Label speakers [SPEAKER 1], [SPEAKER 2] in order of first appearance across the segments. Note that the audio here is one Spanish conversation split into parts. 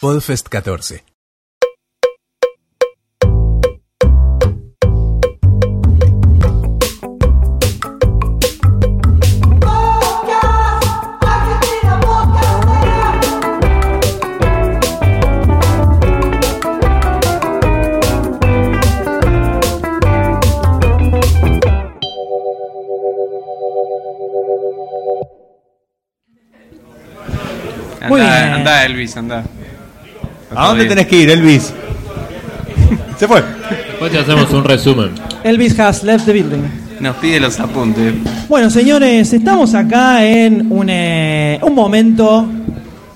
[SPEAKER 1] Podfest 14.
[SPEAKER 2] Muy bien.
[SPEAKER 3] Anda, Elvis, anda.
[SPEAKER 4] ¿A dónde tenés que ir, Elvis? Se fue.
[SPEAKER 5] Después te hacemos un resumen.
[SPEAKER 2] Elvis has left the building.
[SPEAKER 3] Nos pide los apuntes.
[SPEAKER 2] Bueno, señores, estamos acá en un, eh, un momento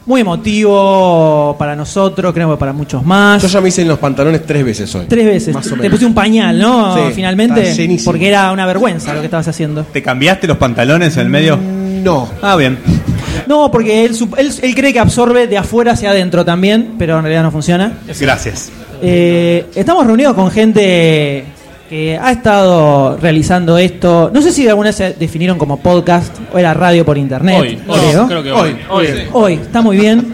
[SPEAKER 2] muy emotivo para nosotros, creo que para muchos más.
[SPEAKER 6] Yo ya me hice en los pantalones tres veces hoy.
[SPEAKER 2] Tres veces.
[SPEAKER 6] Más o
[SPEAKER 2] Te
[SPEAKER 6] menos.
[SPEAKER 2] puse un pañal, ¿no?
[SPEAKER 6] Sí,
[SPEAKER 2] Finalmente.
[SPEAKER 6] está llenísimo.
[SPEAKER 2] Porque era una vergüenza lo que estabas haciendo.
[SPEAKER 4] ¿Te cambiaste los pantalones en el medio?
[SPEAKER 6] No.
[SPEAKER 4] Ah, bien.
[SPEAKER 2] No, porque él, sup- él, él cree que absorbe de afuera hacia adentro también, pero en realidad no funciona.
[SPEAKER 4] Gracias.
[SPEAKER 2] Eh, estamos reunidos con gente que ha estado realizando esto. No sé si de alguna vez se definieron como podcast o era radio por internet.
[SPEAKER 5] Hoy, hoy,
[SPEAKER 2] creo.
[SPEAKER 5] creo que
[SPEAKER 6] Hoy.
[SPEAKER 5] hoy.
[SPEAKER 3] Oye.
[SPEAKER 2] Hoy, está muy bien.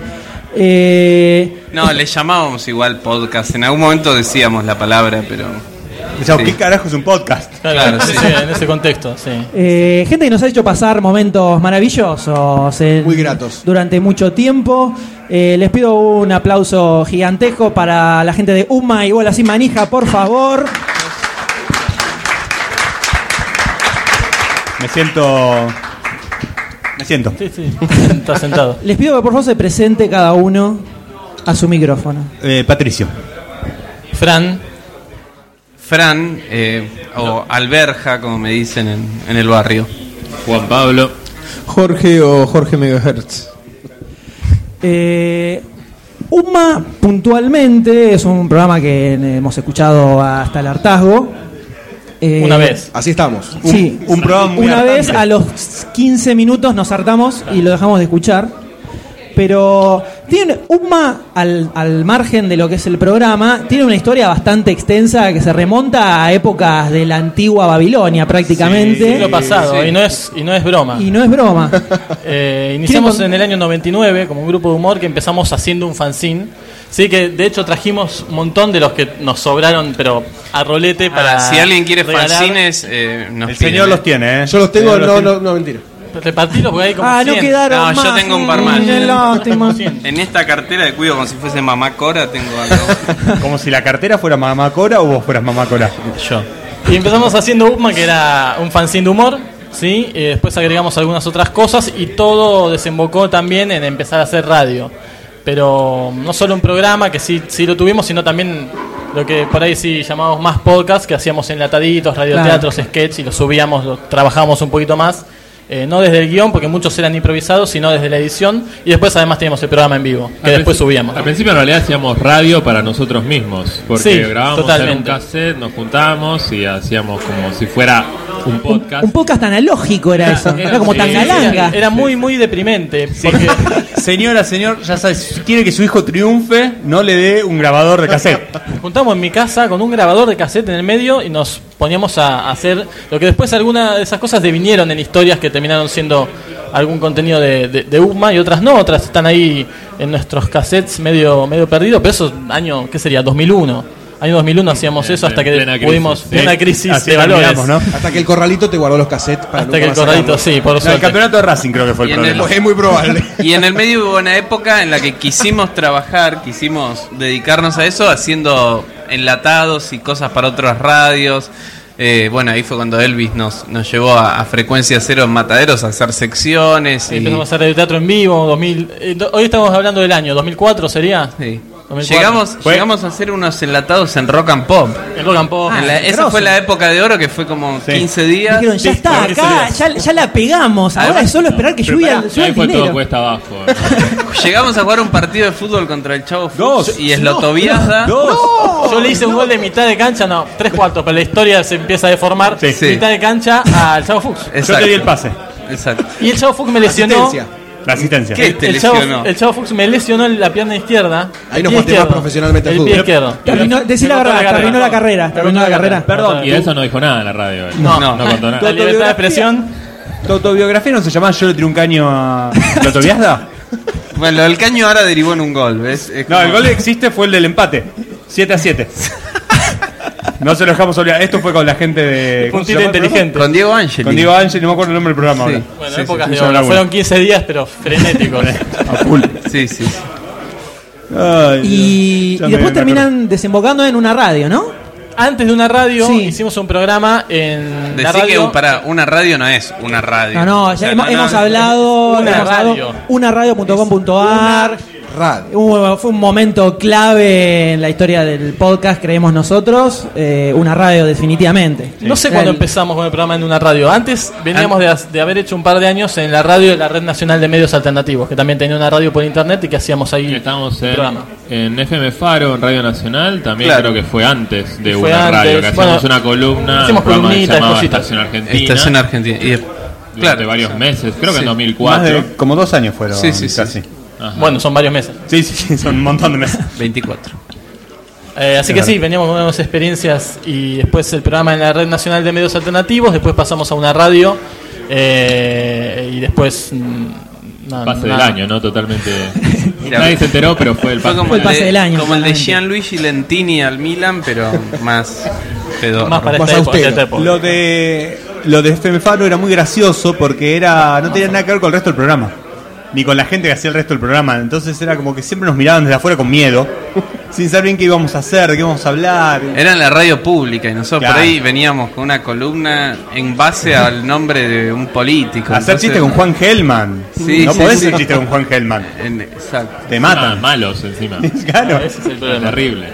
[SPEAKER 2] Eh,
[SPEAKER 3] No, le llamábamos igual podcast. En algún momento decíamos la palabra, pero.
[SPEAKER 4] Decíamos,
[SPEAKER 3] Sí.
[SPEAKER 4] "Oh, ¿qué carajo es un podcast?
[SPEAKER 7] Claro,
[SPEAKER 3] Claro,
[SPEAKER 7] en,
[SPEAKER 3] sí.
[SPEAKER 7] ese, en ese contexto, sí.
[SPEAKER 2] eh, gente que nos ha hecho pasar momentos maravillosos. en-
[SPEAKER 6] Muy gratos.
[SPEAKER 2] Durante mucho tiempo. Eh, les pido un aplauso gigantesco para la gente de UMA y Bola Sin Manija, por favor.
[SPEAKER 4] Me siento. Me siento.
[SPEAKER 7] Sí, sí. Está sentado.
[SPEAKER 2] Les pido que por favor se presente cada uno a su micrófono.
[SPEAKER 4] Eh, Patricio.
[SPEAKER 7] Fran,
[SPEAKER 3] Fran, eh, o Alberja, como me dicen en, en el barrio.
[SPEAKER 5] Juan Pablo.
[SPEAKER 6] Jorge o Jorge Megahertz.
[SPEAKER 2] Eh, UMA puntualmente es un programa que hemos escuchado hasta el hartazgo. Eh,
[SPEAKER 7] una vez.
[SPEAKER 6] Así estamos.
[SPEAKER 2] Sí,
[SPEAKER 4] Un programa muy
[SPEAKER 2] una vez
[SPEAKER 4] hartante.
[SPEAKER 2] a los 15 minutos nos hartamos y lo dejamos de escuchar. Pero tiene UMA, al, al margen de lo que es el programa, tiene una historia bastante extensa que se remonta a épocas de la antigua Babilonia prácticamente.
[SPEAKER 7] Siglo pasado,
[SPEAKER 3] sí.
[SPEAKER 7] y no es y no es broma.
[SPEAKER 2] eh, y no es broma.
[SPEAKER 7] Eh, iniciamos
[SPEAKER 2] ¿Quieren
[SPEAKER 7] en el año 99 como un grupo de humor que empezamos haciendo un fanzine. Sí, que de hecho trajimos un montón de los que nos sobraron, pero a rolete para.
[SPEAKER 3] Ah, si alguien quiere
[SPEAKER 7] regalar.
[SPEAKER 3] fanzines, eh, nos
[SPEAKER 4] El
[SPEAKER 3] piden,
[SPEAKER 4] señor
[SPEAKER 3] eh.
[SPEAKER 4] los tiene, ¿eh?
[SPEAKER 6] Yo los tengo,
[SPEAKER 4] Señor
[SPEAKER 6] no,
[SPEAKER 4] tiene.
[SPEAKER 6] no, no, mentira.
[SPEAKER 7] Repartirlos porque hay como.
[SPEAKER 2] Ah, no
[SPEAKER 7] 100.
[SPEAKER 2] quedaron
[SPEAKER 3] No, yo
[SPEAKER 2] más.
[SPEAKER 3] tengo un par más.
[SPEAKER 2] Mm, qué lástima.
[SPEAKER 3] En esta cartera de cuido como si fuese mamá Cora, tengo algo.
[SPEAKER 4] Como si la cartera fuera mamá Cora o vos fueras mamá Cora.
[SPEAKER 7] Yo. Y empezamos haciendo Upma, que era un fanzine de humor, ¿sí? Eh, después agregamos algunas otras cosas y todo desembocó también en empezar a hacer radio. Pero mm, no solo un programa, que sí, sí lo tuvimos, sino también lo que por ahí sí llamábamos más podcast, que hacíamos enlataditos, radioteatros, sketch, y los subíamos, los trabajábamos un poquito más. Eh, no desde el guión, porque muchos eran improvisados, sino desde la edición. Y después además teníamos el programa en vivo, que
[SPEAKER 5] Al
[SPEAKER 7] después
[SPEAKER 5] princi-
[SPEAKER 7] subíamos.
[SPEAKER 5] Al principio en realidad hacíamos radio para nosotros mismos. Porque
[SPEAKER 7] Sí,
[SPEAKER 5] grabábamos en un
[SPEAKER 7] totalmente.
[SPEAKER 5] cassette, nos juntábamos y hacíamos como si fuera un podcast.
[SPEAKER 2] Un podcast analógico era eso. Era como
[SPEAKER 5] Sí,
[SPEAKER 2] tangalanga.
[SPEAKER 7] Era, era muy, muy deprimente. Porque
[SPEAKER 4] Señora, señor, ya sabes, si quiere que su hijo triunfe, no le dé un grabador de cassette.
[SPEAKER 7] Nos juntamos en mi casa con un grabador de cassette en el medio y nos poníamos a hacer lo que después algunas de esas cosas devinieron en historias que terminaron siendo algún contenido de, de, de UMA y otras no, otras están ahí en nuestros cassettes medio medio perdidos, pero eso año, ¿qué sería? 2001. Año 2001 hacíamos
[SPEAKER 5] En-
[SPEAKER 7] eso hasta
[SPEAKER 5] en
[SPEAKER 7] que
[SPEAKER 5] plena crisis,
[SPEAKER 7] pudimos
[SPEAKER 5] sí.
[SPEAKER 7] una crisis
[SPEAKER 4] Así
[SPEAKER 7] de valores.
[SPEAKER 4] terminamos, ¿no?
[SPEAKER 6] Hasta que el corralito te guardó los cassettes para nunca
[SPEAKER 7] Hasta que el
[SPEAKER 6] más
[SPEAKER 7] corralito,
[SPEAKER 6] sacarlos.
[SPEAKER 7] sí, por
[SPEAKER 4] No, el
[SPEAKER 7] suerte.
[SPEAKER 4] campeonato de Racing creo que fue
[SPEAKER 3] Y
[SPEAKER 4] el
[SPEAKER 3] en el-
[SPEAKER 4] problema.
[SPEAKER 6] Es muy probable.
[SPEAKER 3] Y en el medio hubo una época en la que quisimos trabajar, quisimos dedicarnos a eso, haciendo enlatados y cosas para otras radios. Eh, bueno, ahí fue cuando Elvis nos, nos llevó a, a Frecuencia Cero en Mataderos a hacer secciones. Y,
[SPEAKER 7] Ahí Empezamos a hacer el teatro en vivo, 2000, eh, do- hoy estamos hablando del año, 2004 sería.
[SPEAKER 3] Sí.
[SPEAKER 7] 2004.
[SPEAKER 3] Llegamos,
[SPEAKER 4] Fue-
[SPEAKER 3] llegamos a hacer unos enlatados en rock and pop.
[SPEAKER 7] El rock and pop.
[SPEAKER 3] En la- esa
[SPEAKER 2] grosso.
[SPEAKER 3] fue la época de oro que fue como
[SPEAKER 4] Ah, Sí.
[SPEAKER 3] 15 días.
[SPEAKER 2] Dijeron, ya está
[SPEAKER 7] ¿qué
[SPEAKER 2] acá, ya, ya la pegamos. Ahora
[SPEAKER 3] Además,
[SPEAKER 2] es solo esperar que
[SPEAKER 4] pero
[SPEAKER 2] lluvia,
[SPEAKER 4] pará,
[SPEAKER 2] suba
[SPEAKER 5] Ahí
[SPEAKER 2] el
[SPEAKER 5] fue
[SPEAKER 2] dinero.
[SPEAKER 5] todo pues. cuesta abajo.
[SPEAKER 3] Llegamos a jugar un partido de fútbol contra el Chavo
[SPEAKER 4] Dos.
[SPEAKER 3] Fuchs y Slotoviazda.
[SPEAKER 4] Dos.
[SPEAKER 7] Yo le hice un gol de mitad de cancha, no, tres cuartos, pero la historia se empieza a deformar.
[SPEAKER 4] Sí.
[SPEAKER 3] Sí.
[SPEAKER 7] Mitad de cancha al Chavo Fuchs.
[SPEAKER 4] Yo te di el pase.
[SPEAKER 3] Exacto.
[SPEAKER 7] Y el Chavo Fuchs me lesionó.
[SPEAKER 6] Asistencia. Este
[SPEAKER 4] La asistencia.
[SPEAKER 3] ¿Qué?
[SPEAKER 7] El,
[SPEAKER 3] Te
[SPEAKER 7] el Chavo,
[SPEAKER 3] lesionó.
[SPEAKER 7] el Chavo Fuchs me lesionó en la pierna izquierda.
[SPEAKER 6] Ahí
[SPEAKER 7] el
[SPEAKER 6] nos pateó
[SPEAKER 7] pie izquierdo,
[SPEAKER 6] profesionalmente al
[SPEAKER 7] El pie
[SPEAKER 6] fútbol.
[SPEAKER 7] izquierdo.
[SPEAKER 2] Terminó- decí la
[SPEAKER 7] Me cortó
[SPEAKER 2] verdad, terminó la carrera,
[SPEAKER 7] Me
[SPEAKER 2] terminó
[SPEAKER 7] cortó
[SPEAKER 2] la carrera.
[SPEAKER 4] Perdón,
[SPEAKER 5] y de eso no dijo nada en la radio. él.
[SPEAKER 7] No.
[SPEAKER 5] no contó nada.
[SPEAKER 7] La libertad de expresión.
[SPEAKER 4] ¿Tu autobiografía no se llamaba Yo le tiré un caño a. ¿La autobiografía?
[SPEAKER 3] Bueno, el caño ahora derivó en un gol, ¿ves? Es
[SPEAKER 4] No,
[SPEAKER 3] como-
[SPEAKER 4] el gol que existe fue el del empate. 7 a 7. No se lo dejamos olvidar. Esto fue con la gente de. ¿cómo se
[SPEAKER 7] Puntito
[SPEAKER 4] llama el programa?
[SPEAKER 7] inteligente.
[SPEAKER 3] Con Diego Ángel.
[SPEAKER 4] Con Diego Ángel, no me acuerdo el nombre del programa
[SPEAKER 3] Sí.
[SPEAKER 4] ahora.
[SPEAKER 7] Bueno,
[SPEAKER 4] Sí,
[SPEAKER 7] épocas
[SPEAKER 4] sí,
[SPEAKER 7] de
[SPEAKER 4] sí,
[SPEAKER 7] oro.
[SPEAKER 4] habla
[SPEAKER 7] Fueron 15 días, pero frenéticos.
[SPEAKER 3] Sí, sí.
[SPEAKER 4] bueno. Ay,
[SPEAKER 2] Y,
[SPEAKER 4] Dios. Ya
[SPEAKER 2] y
[SPEAKER 4] me-
[SPEAKER 2] después
[SPEAKER 4] me
[SPEAKER 2] terminan desembocando en una radio, ¿no?
[SPEAKER 7] Antes de una radio
[SPEAKER 2] Sí.
[SPEAKER 7] hicimos un programa en la
[SPEAKER 3] Decí que
[SPEAKER 7] radio.
[SPEAKER 3] uh, pará, una radio no es una radio.
[SPEAKER 2] No, no, ya
[SPEAKER 3] O sea,
[SPEAKER 2] hemos,
[SPEAKER 3] no,
[SPEAKER 2] hemos
[SPEAKER 3] no,
[SPEAKER 2] hablado.
[SPEAKER 7] Una
[SPEAKER 2] hemos hablado-
[SPEAKER 7] radio.
[SPEAKER 2] unaradio.com.ar.
[SPEAKER 6] Radio.
[SPEAKER 2] Hubo- Fue un momento clave en la historia del podcast, creemos nosotros. eh, una radio, definitivamente.
[SPEAKER 7] No sé
[SPEAKER 2] El-
[SPEAKER 7] cuándo empezamos con el programa en una radio. Antes veníamos de, de haber hecho un par de años en la radio de la Red Nacional de Medios Alternativos, que también tenía una radio por internet y que hacíamos ahí
[SPEAKER 5] Estábamos
[SPEAKER 7] un
[SPEAKER 5] en,
[SPEAKER 7] programa.
[SPEAKER 5] en FM Faro, en Radio Nacional, también
[SPEAKER 3] Claro.
[SPEAKER 5] creo que fue antes de
[SPEAKER 7] Fue
[SPEAKER 5] una
[SPEAKER 7] antes,
[SPEAKER 5] radio, que hacíamos
[SPEAKER 7] bueno,
[SPEAKER 5] una columna,
[SPEAKER 7] hacíamos
[SPEAKER 5] un programa que se
[SPEAKER 7] columnitas,
[SPEAKER 5] llamaba
[SPEAKER 7] cositas.
[SPEAKER 5] Estación Argentina,
[SPEAKER 3] Estación Argentina. Y de-
[SPEAKER 5] durante
[SPEAKER 3] claro.
[SPEAKER 5] varios meses, creo que
[SPEAKER 3] Sí.
[SPEAKER 4] Más
[SPEAKER 5] en 2004.
[SPEAKER 4] de, como dos años fueron.
[SPEAKER 3] Sí, sí, sí.
[SPEAKER 4] casi.
[SPEAKER 5] Ajá.
[SPEAKER 7] Bueno, son varios meses.
[SPEAKER 4] Sí, sí, sí, son un montón de meses.
[SPEAKER 3] 24.
[SPEAKER 7] Eh, así que sí, veníamos con unas experiencias y después el programa en la Red Nacional de Medios Alternativos, después pasamos a una radio eh, y después... mm, nada,
[SPEAKER 5] Pase del
[SPEAKER 7] nada.
[SPEAKER 5] año, ¿no? Totalmente.
[SPEAKER 3] Mira,
[SPEAKER 5] Nadie se enteró, pero fue el
[SPEAKER 3] Fue
[SPEAKER 5] pase.
[SPEAKER 3] como
[SPEAKER 2] Fue el
[SPEAKER 3] el,
[SPEAKER 2] pase
[SPEAKER 3] de,
[SPEAKER 2] del año,
[SPEAKER 3] como el de
[SPEAKER 2] claramente.
[SPEAKER 3] Gianluigi Lentini al Milan, pero más pedorro.
[SPEAKER 7] Más para
[SPEAKER 6] Más
[SPEAKER 7] esta época,
[SPEAKER 6] austero.
[SPEAKER 7] esta época.
[SPEAKER 4] Lo de lo de FM Faro era muy gracioso porque era no tenía nada que ver con el resto del programa, ni con la gente que hacía el resto del programa. Entonces era como que siempre nos miraban desde afuera con miedo, sin saber bien qué íbamos a hacer, de qué íbamos a hablar.
[SPEAKER 3] Era en la radio pública y nosotros
[SPEAKER 4] Claro.
[SPEAKER 3] por ahí veníamos con una columna en base al nombre de un político.
[SPEAKER 4] hacer
[SPEAKER 3] Entonces-
[SPEAKER 4] chiste con Juan Gelman.
[SPEAKER 3] Sí,
[SPEAKER 4] no
[SPEAKER 3] sí,
[SPEAKER 4] podés
[SPEAKER 3] sí.
[SPEAKER 4] hacer chiste con Juan Gelman.
[SPEAKER 3] En- exacto.
[SPEAKER 4] Te
[SPEAKER 5] Ah,
[SPEAKER 4] matan.
[SPEAKER 5] malos encima.
[SPEAKER 4] claro.
[SPEAKER 7] Ese es el problema.
[SPEAKER 5] Terrible.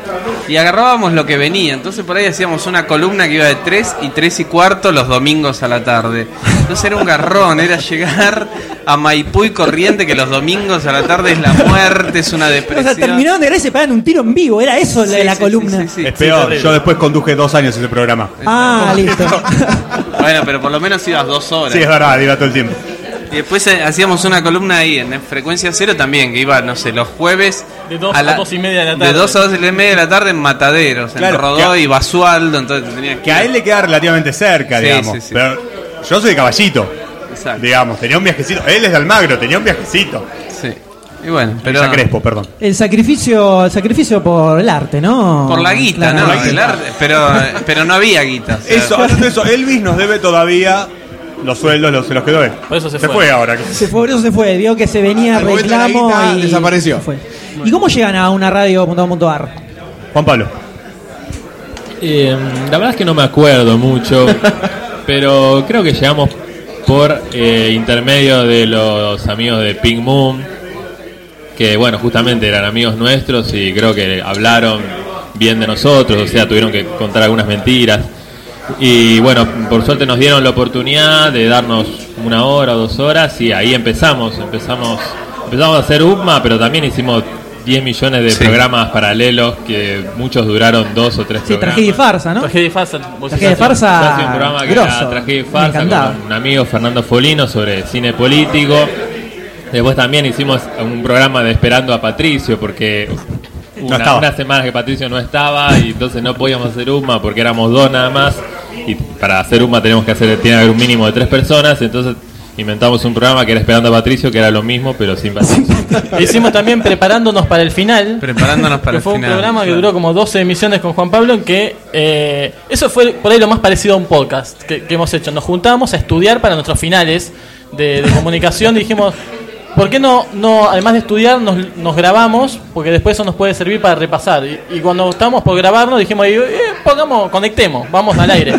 [SPEAKER 3] Y agarrábamos lo que venía. Entonces por ahí hacíamos una columna que iba de 3 y 3 y cuarto los domingos a la tarde. Entonces era un garrón, era llegar a Maipú y Corriente, que los domingos a la tarde es la muerte, es una
[SPEAKER 2] O
[SPEAKER 3] depresión.
[SPEAKER 2] sea, terminaron de gracia y pegan un tiro en vivo. Era eso la,
[SPEAKER 3] Sí,
[SPEAKER 2] la
[SPEAKER 3] sí,
[SPEAKER 2] columna.
[SPEAKER 3] sí, sí, sí.
[SPEAKER 4] Es peor. Yo después conduje dos años ese programa.
[SPEAKER 2] Ah, listo.
[SPEAKER 3] Bueno, pero por lo menos ibas dos horas.
[SPEAKER 4] Sí, es verdad, iba todo el tiempo.
[SPEAKER 3] Y después eh, hacíamos una columna ahí en Frecuencia Cero también, que iba, no sé, los jueves.
[SPEAKER 7] De dos a dos y media de la
[SPEAKER 3] De
[SPEAKER 7] tarde.
[SPEAKER 3] 2 a 2 y media de la tarde en Mataderos,
[SPEAKER 4] Claro,
[SPEAKER 3] en Rodó
[SPEAKER 4] que-
[SPEAKER 3] y Basualdo, entonces te tenías
[SPEAKER 4] Que a él le queda relativamente cerca,
[SPEAKER 3] Sí,
[SPEAKER 4] digamos.
[SPEAKER 3] sí, sí.
[SPEAKER 4] Pero yo soy de caballito.
[SPEAKER 3] Exacto,
[SPEAKER 4] Digamos, tenía un viajecito. Él es de Almagro, tenía un viajecito.
[SPEAKER 3] sí. Y bueno, pero.
[SPEAKER 4] Esa Crespo, perdón.
[SPEAKER 2] El sacrificio, el sacrificio por el arte, ¿no?
[SPEAKER 3] Por la guita,
[SPEAKER 2] Claro.
[SPEAKER 3] ¿no?
[SPEAKER 4] Ah, Por la
[SPEAKER 3] El
[SPEAKER 4] guita.
[SPEAKER 3] arte, pero, eh, pero no había guita. o sea,
[SPEAKER 4] Eso, hablando de eso, Elvis nos debe todavía los sueldos, los, se los quedó él.
[SPEAKER 7] Por eso se
[SPEAKER 4] se
[SPEAKER 7] fue.
[SPEAKER 4] fue ahora.
[SPEAKER 2] Se fue, por eso se fue. Vio que se venía
[SPEAKER 6] Al momento de la
[SPEAKER 2] reclamo
[SPEAKER 6] Ah, guita,
[SPEAKER 2] y
[SPEAKER 6] desapareció.
[SPEAKER 2] se fue. ¿Y cómo llegan a una radio.com.ar?
[SPEAKER 4] Juan Pablo.
[SPEAKER 5] Eh, la verdad es que no me acuerdo mucho, pero creo que llegamos por eh, intermedio de los amigos de Pink Moon, que bueno, justamente eran amigos nuestros y creo que hablaron bien de nosotros, o sea, tuvieron que contar algunas mentiras. Y bueno, por suerte nos dieron la oportunidad de darnos una hora o dos horas y ahí empezamos, empezamos, empezamos a hacer UPMA, pero también hicimos 10 millones de
[SPEAKER 3] Sí.
[SPEAKER 5] programas paralelos que muchos duraron dos o tres
[SPEAKER 2] Sí,
[SPEAKER 5] programas.
[SPEAKER 2] tragedia y farsa, ¿no?
[SPEAKER 7] Tragedia y farsa, vos
[SPEAKER 2] Tragedia y
[SPEAKER 7] hiciste-
[SPEAKER 2] farsa.
[SPEAKER 5] Yo hacía un programa que
[SPEAKER 2] grosso.
[SPEAKER 5] era Tragedia y
[SPEAKER 2] Me
[SPEAKER 5] Farsa
[SPEAKER 2] encantaba.
[SPEAKER 5] con un amigo Fernando Folino sobre cine político. Después también hicimos un programa de Esperando a Patricio porque una,
[SPEAKER 4] estaba.
[SPEAKER 5] unas semanas que Patricio no estaba y entonces no podíamos hacer UMA porque éramos dos nada más y para hacer UMA tenemos que hacer, tiene que haber un mínimo de tres personas, entonces inventamos un programa que era Esperando a Patricio que era lo mismo pero sin Patricio.
[SPEAKER 7] Hicimos también preparándonos para el final.
[SPEAKER 3] Preparándonos para
[SPEAKER 7] que
[SPEAKER 3] el
[SPEAKER 7] fue un
[SPEAKER 3] final.
[SPEAKER 7] programa que
[SPEAKER 3] claro.
[SPEAKER 7] duró como 12 emisiones con Juan Pablo, en que eh, eso fue por ahí lo más parecido a un podcast que, que hemos hecho. Nos juntábamos a estudiar para nuestros finales de, de comunicación y dijimos, ¿por qué no, no además de estudiar, nos, nos grabamos? Porque después eso nos puede servir para repasar. Y, y cuando estábamos por grabarnos dijimos, eh, pongamos, conectemos, vamos al aire.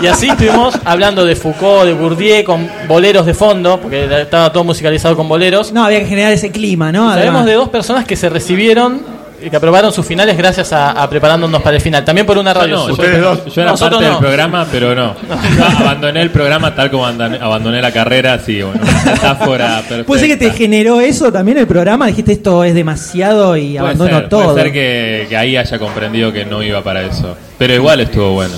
[SPEAKER 7] Y así estuvimos hablando de Foucault, de Bourdieu, con boleros de fondo, porque estaba todo musicalizado con boleros.
[SPEAKER 2] No, había que generar ese clima, ¿no?
[SPEAKER 7] Pues Sabemos
[SPEAKER 2] Además.
[SPEAKER 7] de dos personas que se recibieron y que aprobaron sus finales gracias a, a preparándonos para el final. También por una
[SPEAKER 5] Yo
[SPEAKER 7] radio.
[SPEAKER 5] Ah, no, yo-
[SPEAKER 4] Ustedes dos.
[SPEAKER 5] Yo era
[SPEAKER 7] Nosotros
[SPEAKER 5] parte
[SPEAKER 7] no.
[SPEAKER 5] del programa, pero no. Yo abandoné el programa tal como abandoné, abandoné la carrera, así, bueno, una metáfora perfecta.
[SPEAKER 2] Puede ser que te generó eso también el programa. Dijiste esto es demasiado y
[SPEAKER 5] Puede
[SPEAKER 2] abandono
[SPEAKER 5] ser,
[SPEAKER 2] todo.
[SPEAKER 5] Puede ser que, que ahí haya comprendido que no iba para eso. Pero igual estuvo bueno.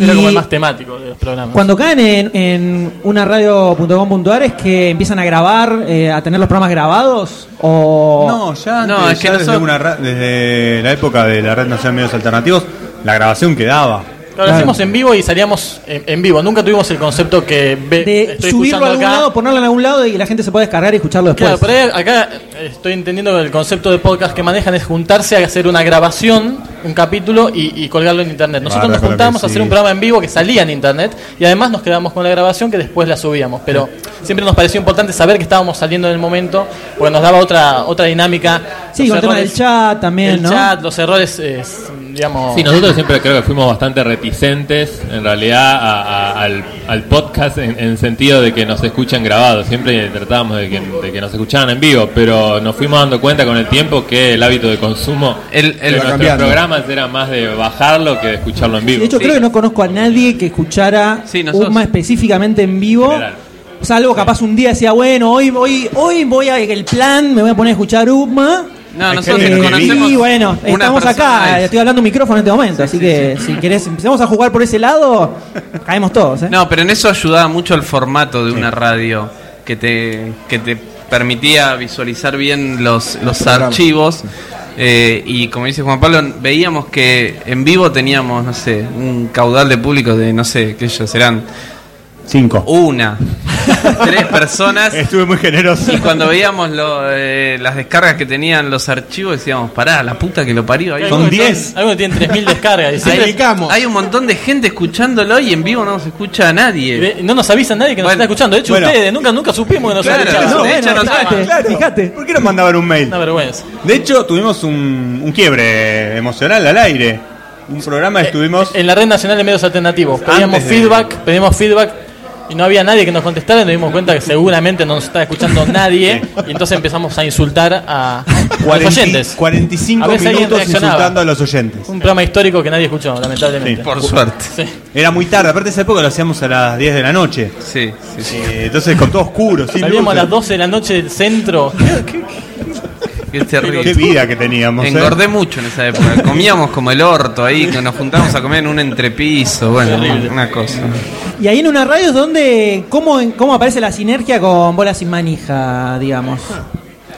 [SPEAKER 7] Era como
[SPEAKER 2] Y
[SPEAKER 7] el más temático de los programas.
[SPEAKER 2] Cuando caen en, en unaradio.com.ar es que empiezan a grabar, eh, a tener los programas grabados o...
[SPEAKER 4] No, ya, antes,
[SPEAKER 3] No, es que
[SPEAKER 4] ya desde,
[SPEAKER 3] nosotros-
[SPEAKER 4] una ra- desde la época de la Red Nacional de Medios Alternativos, la grabación quedaba.
[SPEAKER 7] Lo hacíamos en vivo y salíamos en, en vivo. Nunca tuvimos el concepto que ve-
[SPEAKER 2] De
[SPEAKER 7] eh, estoy
[SPEAKER 2] subirlo
[SPEAKER 7] escuchando
[SPEAKER 2] a algún
[SPEAKER 7] acá.
[SPEAKER 2] lado, ponerlo en algún lado y la gente se puede descargar y escucharlo después.
[SPEAKER 7] Claro, por ahí acá estoy entendiendo que el concepto de podcast que manejan es juntarse a hacer una grabación, un capítulo y, y colgarlo en internet. Nosotros
[SPEAKER 4] Barra
[SPEAKER 7] nos
[SPEAKER 4] con la
[SPEAKER 7] juntábamos
[SPEAKER 4] que
[SPEAKER 7] a hacer
[SPEAKER 4] sí.
[SPEAKER 7] un programa en vivo que salía en internet y además nos quedábamos con la grabación que después la subíamos. Pero siempre nos pareció importante saber que estábamos saliendo en el momento porque nos daba otra otra dinámica.
[SPEAKER 2] sí, con
[SPEAKER 7] Los
[SPEAKER 2] el tema del
[SPEAKER 7] errores-
[SPEAKER 2] chat también,
[SPEAKER 7] el
[SPEAKER 2] ¿no?
[SPEAKER 7] chat, los errores, eh, s- digamos.
[SPEAKER 5] Sí, nosotros siempre creo que fuimos bastante reticentes, en realidad, a- a- al, al podcast en, en sentido de que nos escuchan grabados. Siempre tratábamos de que, de que nos escucharan en vivo, pero nos fuimos dando cuenta con el tiempo que el hábito de consumo
[SPEAKER 3] El- el-
[SPEAKER 5] de
[SPEAKER 3] Va
[SPEAKER 5] nuestros
[SPEAKER 6] cambiando.
[SPEAKER 5] programas era más de bajarlo que de escucharlo en vivo.
[SPEAKER 2] De hecho,
[SPEAKER 3] Sí.
[SPEAKER 2] creo que no conozco a nadie que escuchara
[SPEAKER 3] Sí, nosotros.
[SPEAKER 2] Uma específicamente en vivo.
[SPEAKER 5] General.
[SPEAKER 2] Salvo capaz un día decía, bueno, hoy voy, hoy voy a el plan, me voy a poner a escuchar Uma.
[SPEAKER 3] No,
[SPEAKER 4] Hay
[SPEAKER 3] nosotros
[SPEAKER 4] gente que no
[SPEAKER 3] conocemos.
[SPEAKER 2] y bueno,
[SPEAKER 3] una
[SPEAKER 2] estamos
[SPEAKER 3] persona
[SPEAKER 2] acá,
[SPEAKER 3] ex.
[SPEAKER 2] estoy hablando a un micrófono en este momento, así que si querés, empezamos a jugar por ese lado, caemos todos, ¿eh?
[SPEAKER 3] No, pero en eso ayudaba mucho el formato de una radio que te, que te permitía visualizar bien los, los
[SPEAKER 6] programas.
[SPEAKER 3] archivos. eh, y como dice Juan Pablo, veíamos que en vivo teníamos, no sé, un caudal de público de, no sé, que ellos serán
[SPEAKER 4] Cinco.
[SPEAKER 3] una, tres personas.
[SPEAKER 4] Estuve muy generoso.
[SPEAKER 3] Y cuando veíamos lo, eh, las descargas que tenían los archivos, decíamos, pará, la puta que lo parió. Hay,
[SPEAKER 4] Son
[SPEAKER 3] un-
[SPEAKER 7] Algunos
[SPEAKER 4] 10.
[SPEAKER 7] Algunos tienen 3.000 descargas. Y siempre-
[SPEAKER 6] Dedicamos.
[SPEAKER 3] hay un montón de gente escuchándolo y en vivo no se escucha a
[SPEAKER 7] y
[SPEAKER 3] nadie.
[SPEAKER 7] de- no nos avisa nadie que nos
[SPEAKER 3] Bueno.
[SPEAKER 7] está escuchando. De hecho,
[SPEAKER 4] Bueno.
[SPEAKER 7] ustedes nunca, nunca supimos que nos
[SPEAKER 3] Claro,
[SPEAKER 7] escuchaban.
[SPEAKER 3] no,
[SPEAKER 7] Es
[SPEAKER 3] de hecho, no
[SPEAKER 2] fíjate,
[SPEAKER 3] saben.
[SPEAKER 2] fíjate.
[SPEAKER 4] ¿Por qué nos mandaban un mail?
[SPEAKER 7] Una vergüenza.
[SPEAKER 4] De hecho, tuvimos un, un quiebre emocional al aire. Un
[SPEAKER 7] Eh,
[SPEAKER 4] programa estuvimos.
[SPEAKER 7] En la red nacional de medios alternativos. Pedíamos
[SPEAKER 4] Antes de-
[SPEAKER 7] feedback, pedíamos feedback y no había nadie que nos contestara. y Nos dimos cuenta que seguramente no nos estaba escuchando nadie. Y entonces empezamos a insultar a los
[SPEAKER 4] 40
[SPEAKER 7] oyentes.
[SPEAKER 4] 45
[SPEAKER 7] A veces alguien
[SPEAKER 4] minutos
[SPEAKER 7] reaccionaba.
[SPEAKER 4] insultando a los oyentes.
[SPEAKER 7] Un programa histórico que nadie escuchó, lamentablemente.
[SPEAKER 4] Sí,
[SPEAKER 3] Por suerte.
[SPEAKER 7] Sí.
[SPEAKER 4] Era muy tarde, aparte de esa época lo hacíamos a las 10 de la noche.
[SPEAKER 3] Sí, sí, sí.
[SPEAKER 4] Eh, entonces con todo oscuro, sin
[SPEAKER 7] Salíamos a
[SPEAKER 4] luces.
[SPEAKER 7] las 12 de la noche del centro.
[SPEAKER 3] Qué terrible.
[SPEAKER 4] Qué vida que teníamos. ¿eh?
[SPEAKER 3] Engordé mucho en esa época. Comíamos como el orto ahí, que nos juntábamos a comer en un entrepiso. Bueno,
[SPEAKER 7] Terrible.
[SPEAKER 3] una cosa.
[SPEAKER 2] Y ahí en una radio es donde, ¿cómo, ¿cómo aparece la sinergia con Bola sin manija, digamos?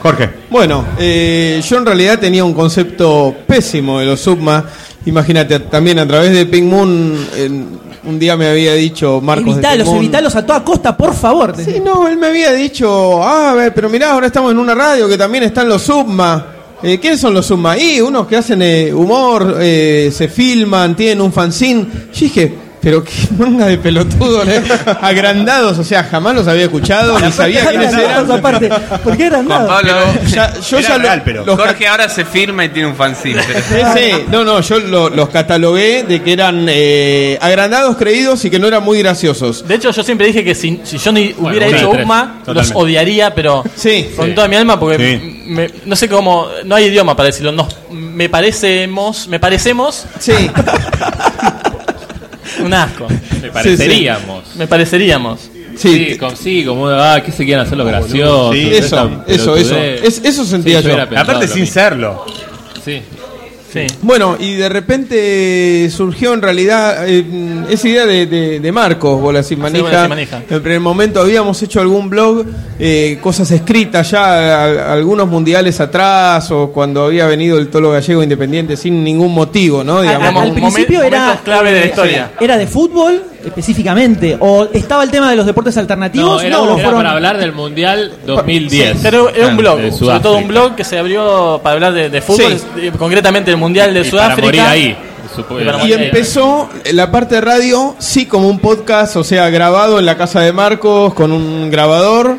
[SPEAKER 4] Jorge,
[SPEAKER 6] Bueno, eh, yo en realidad tenía un concepto pésimo de los Subma. Imagínate, también a través de Pink Moon, en- un día me había dicho Marcos. de
[SPEAKER 2] evitalos,
[SPEAKER 6] Pink Moon-
[SPEAKER 2] evitalos a toda costa, por favor.
[SPEAKER 6] Sí, no, él me había dicho, ah, a ver, pero mirá, ahora estamos en una radio que también están los Subma. Eh, ¿Quiénes son los Subma? Y unos que hacen eh, humor, eh, se filman, tienen un fanzine. Yo dije, pero qué manga de pelotudos, eh, agrandados, o sea, jamás los había escuchado, ni sabía quiénes eran.
[SPEAKER 2] Aparte, ¿Por qué eran
[SPEAKER 3] Juan
[SPEAKER 2] nada?
[SPEAKER 3] Pablo,
[SPEAKER 6] Ya- yo
[SPEAKER 4] Era
[SPEAKER 6] ya lo-
[SPEAKER 4] real, pero-
[SPEAKER 6] los
[SPEAKER 3] Jorge ahora se firma y tiene un fanzine. pero-
[SPEAKER 6] Sí, sí. No, no, yo lo- los catalogué de que eran eh, agrandados, creídos y que no eran muy graciosos.
[SPEAKER 7] De hecho, yo siempre dije que si, si yo ni hubiera
[SPEAKER 5] una de
[SPEAKER 7] hecho
[SPEAKER 5] tres.
[SPEAKER 7] UMA, los
[SPEAKER 5] Totalmente.
[SPEAKER 7] odiaría, pero
[SPEAKER 6] Sí.
[SPEAKER 7] con
[SPEAKER 5] Sí.
[SPEAKER 7] toda mi alma, porque
[SPEAKER 4] Sí.
[SPEAKER 7] me- no sé cómo. No hay idioma para decirlo. Nos, me parecemos. Me parecemos
[SPEAKER 6] Sí,
[SPEAKER 7] un asco.
[SPEAKER 5] Le pareceríamos.
[SPEAKER 7] Me pareceríamos.
[SPEAKER 5] Sí,
[SPEAKER 6] sí.
[SPEAKER 5] con- sí, como ah, que se quieran hacer los graciosos.
[SPEAKER 4] sí.
[SPEAKER 6] Eso, eso, eso. Es- eso sentía yo.
[SPEAKER 5] era pensado
[SPEAKER 4] aparte
[SPEAKER 5] lo
[SPEAKER 4] sin
[SPEAKER 5] mismo.
[SPEAKER 4] serlo.
[SPEAKER 5] Sí.
[SPEAKER 7] Sí.
[SPEAKER 6] Bueno, y de repente surgió en realidad eh, esa idea de, de- de Marcos, Bola Sin Manija.
[SPEAKER 7] Bola Sin Manija.
[SPEAKER 6] En primer momento habíamos hecho algún blog, eh, cosas escritas ya, a- algunos mundiales atrás, o cuando había venido el tolo gallego independiente sin ningún motivo, ¿no?
[SPEAKER 2] A-
[SPEAKER 6] Digamos,
[SPEAKER 2] a- Ah, al
[SPEAKER 7] momen-
[SPEAKER 2] principio era
[SPEAKER 7] momentos clave de la
[SPEAKER 2] eh,
[SPEAKER 7] historia.
[SPEAKER 2] Era de fútbol específicamente o estaba el tema de los deportes
[SPEAKER 5] No,
[SPEAKER 2] alternativos.
[SPEAKER 5] era,
[SPEAKER 2] no,
[SPEAKER 5] era
[SPEAKER 2] fueron-
[SPEAKER 5] para hablar del Mundial 2010.
[SPEAKER 7] Pero era un blog,
[SPEAKER 5] de
[SPEAKER 7] sobre todo un
[SPEAKER 5] Sudáfrica.
[SPEAKER 7] blog que se abrió para hablar de, de fútbol,
[SPEAKER 6] Sí.
[SPEAKER 7] eh, concretamente el Mundial de
[SPEAKER 5] Y
[SPEAKER 7] Sudáfrica.
[SPEAKER 5] Para morir ahí. supo-
[SPEAKER 7] Y para
[SPEAKER 6] Y
[SPEAKER 7] morir.
[SPEAKER 6] empezó la parte de radio, sí, como un podcast, o sea, grabado en la casa de Marcos con un grabador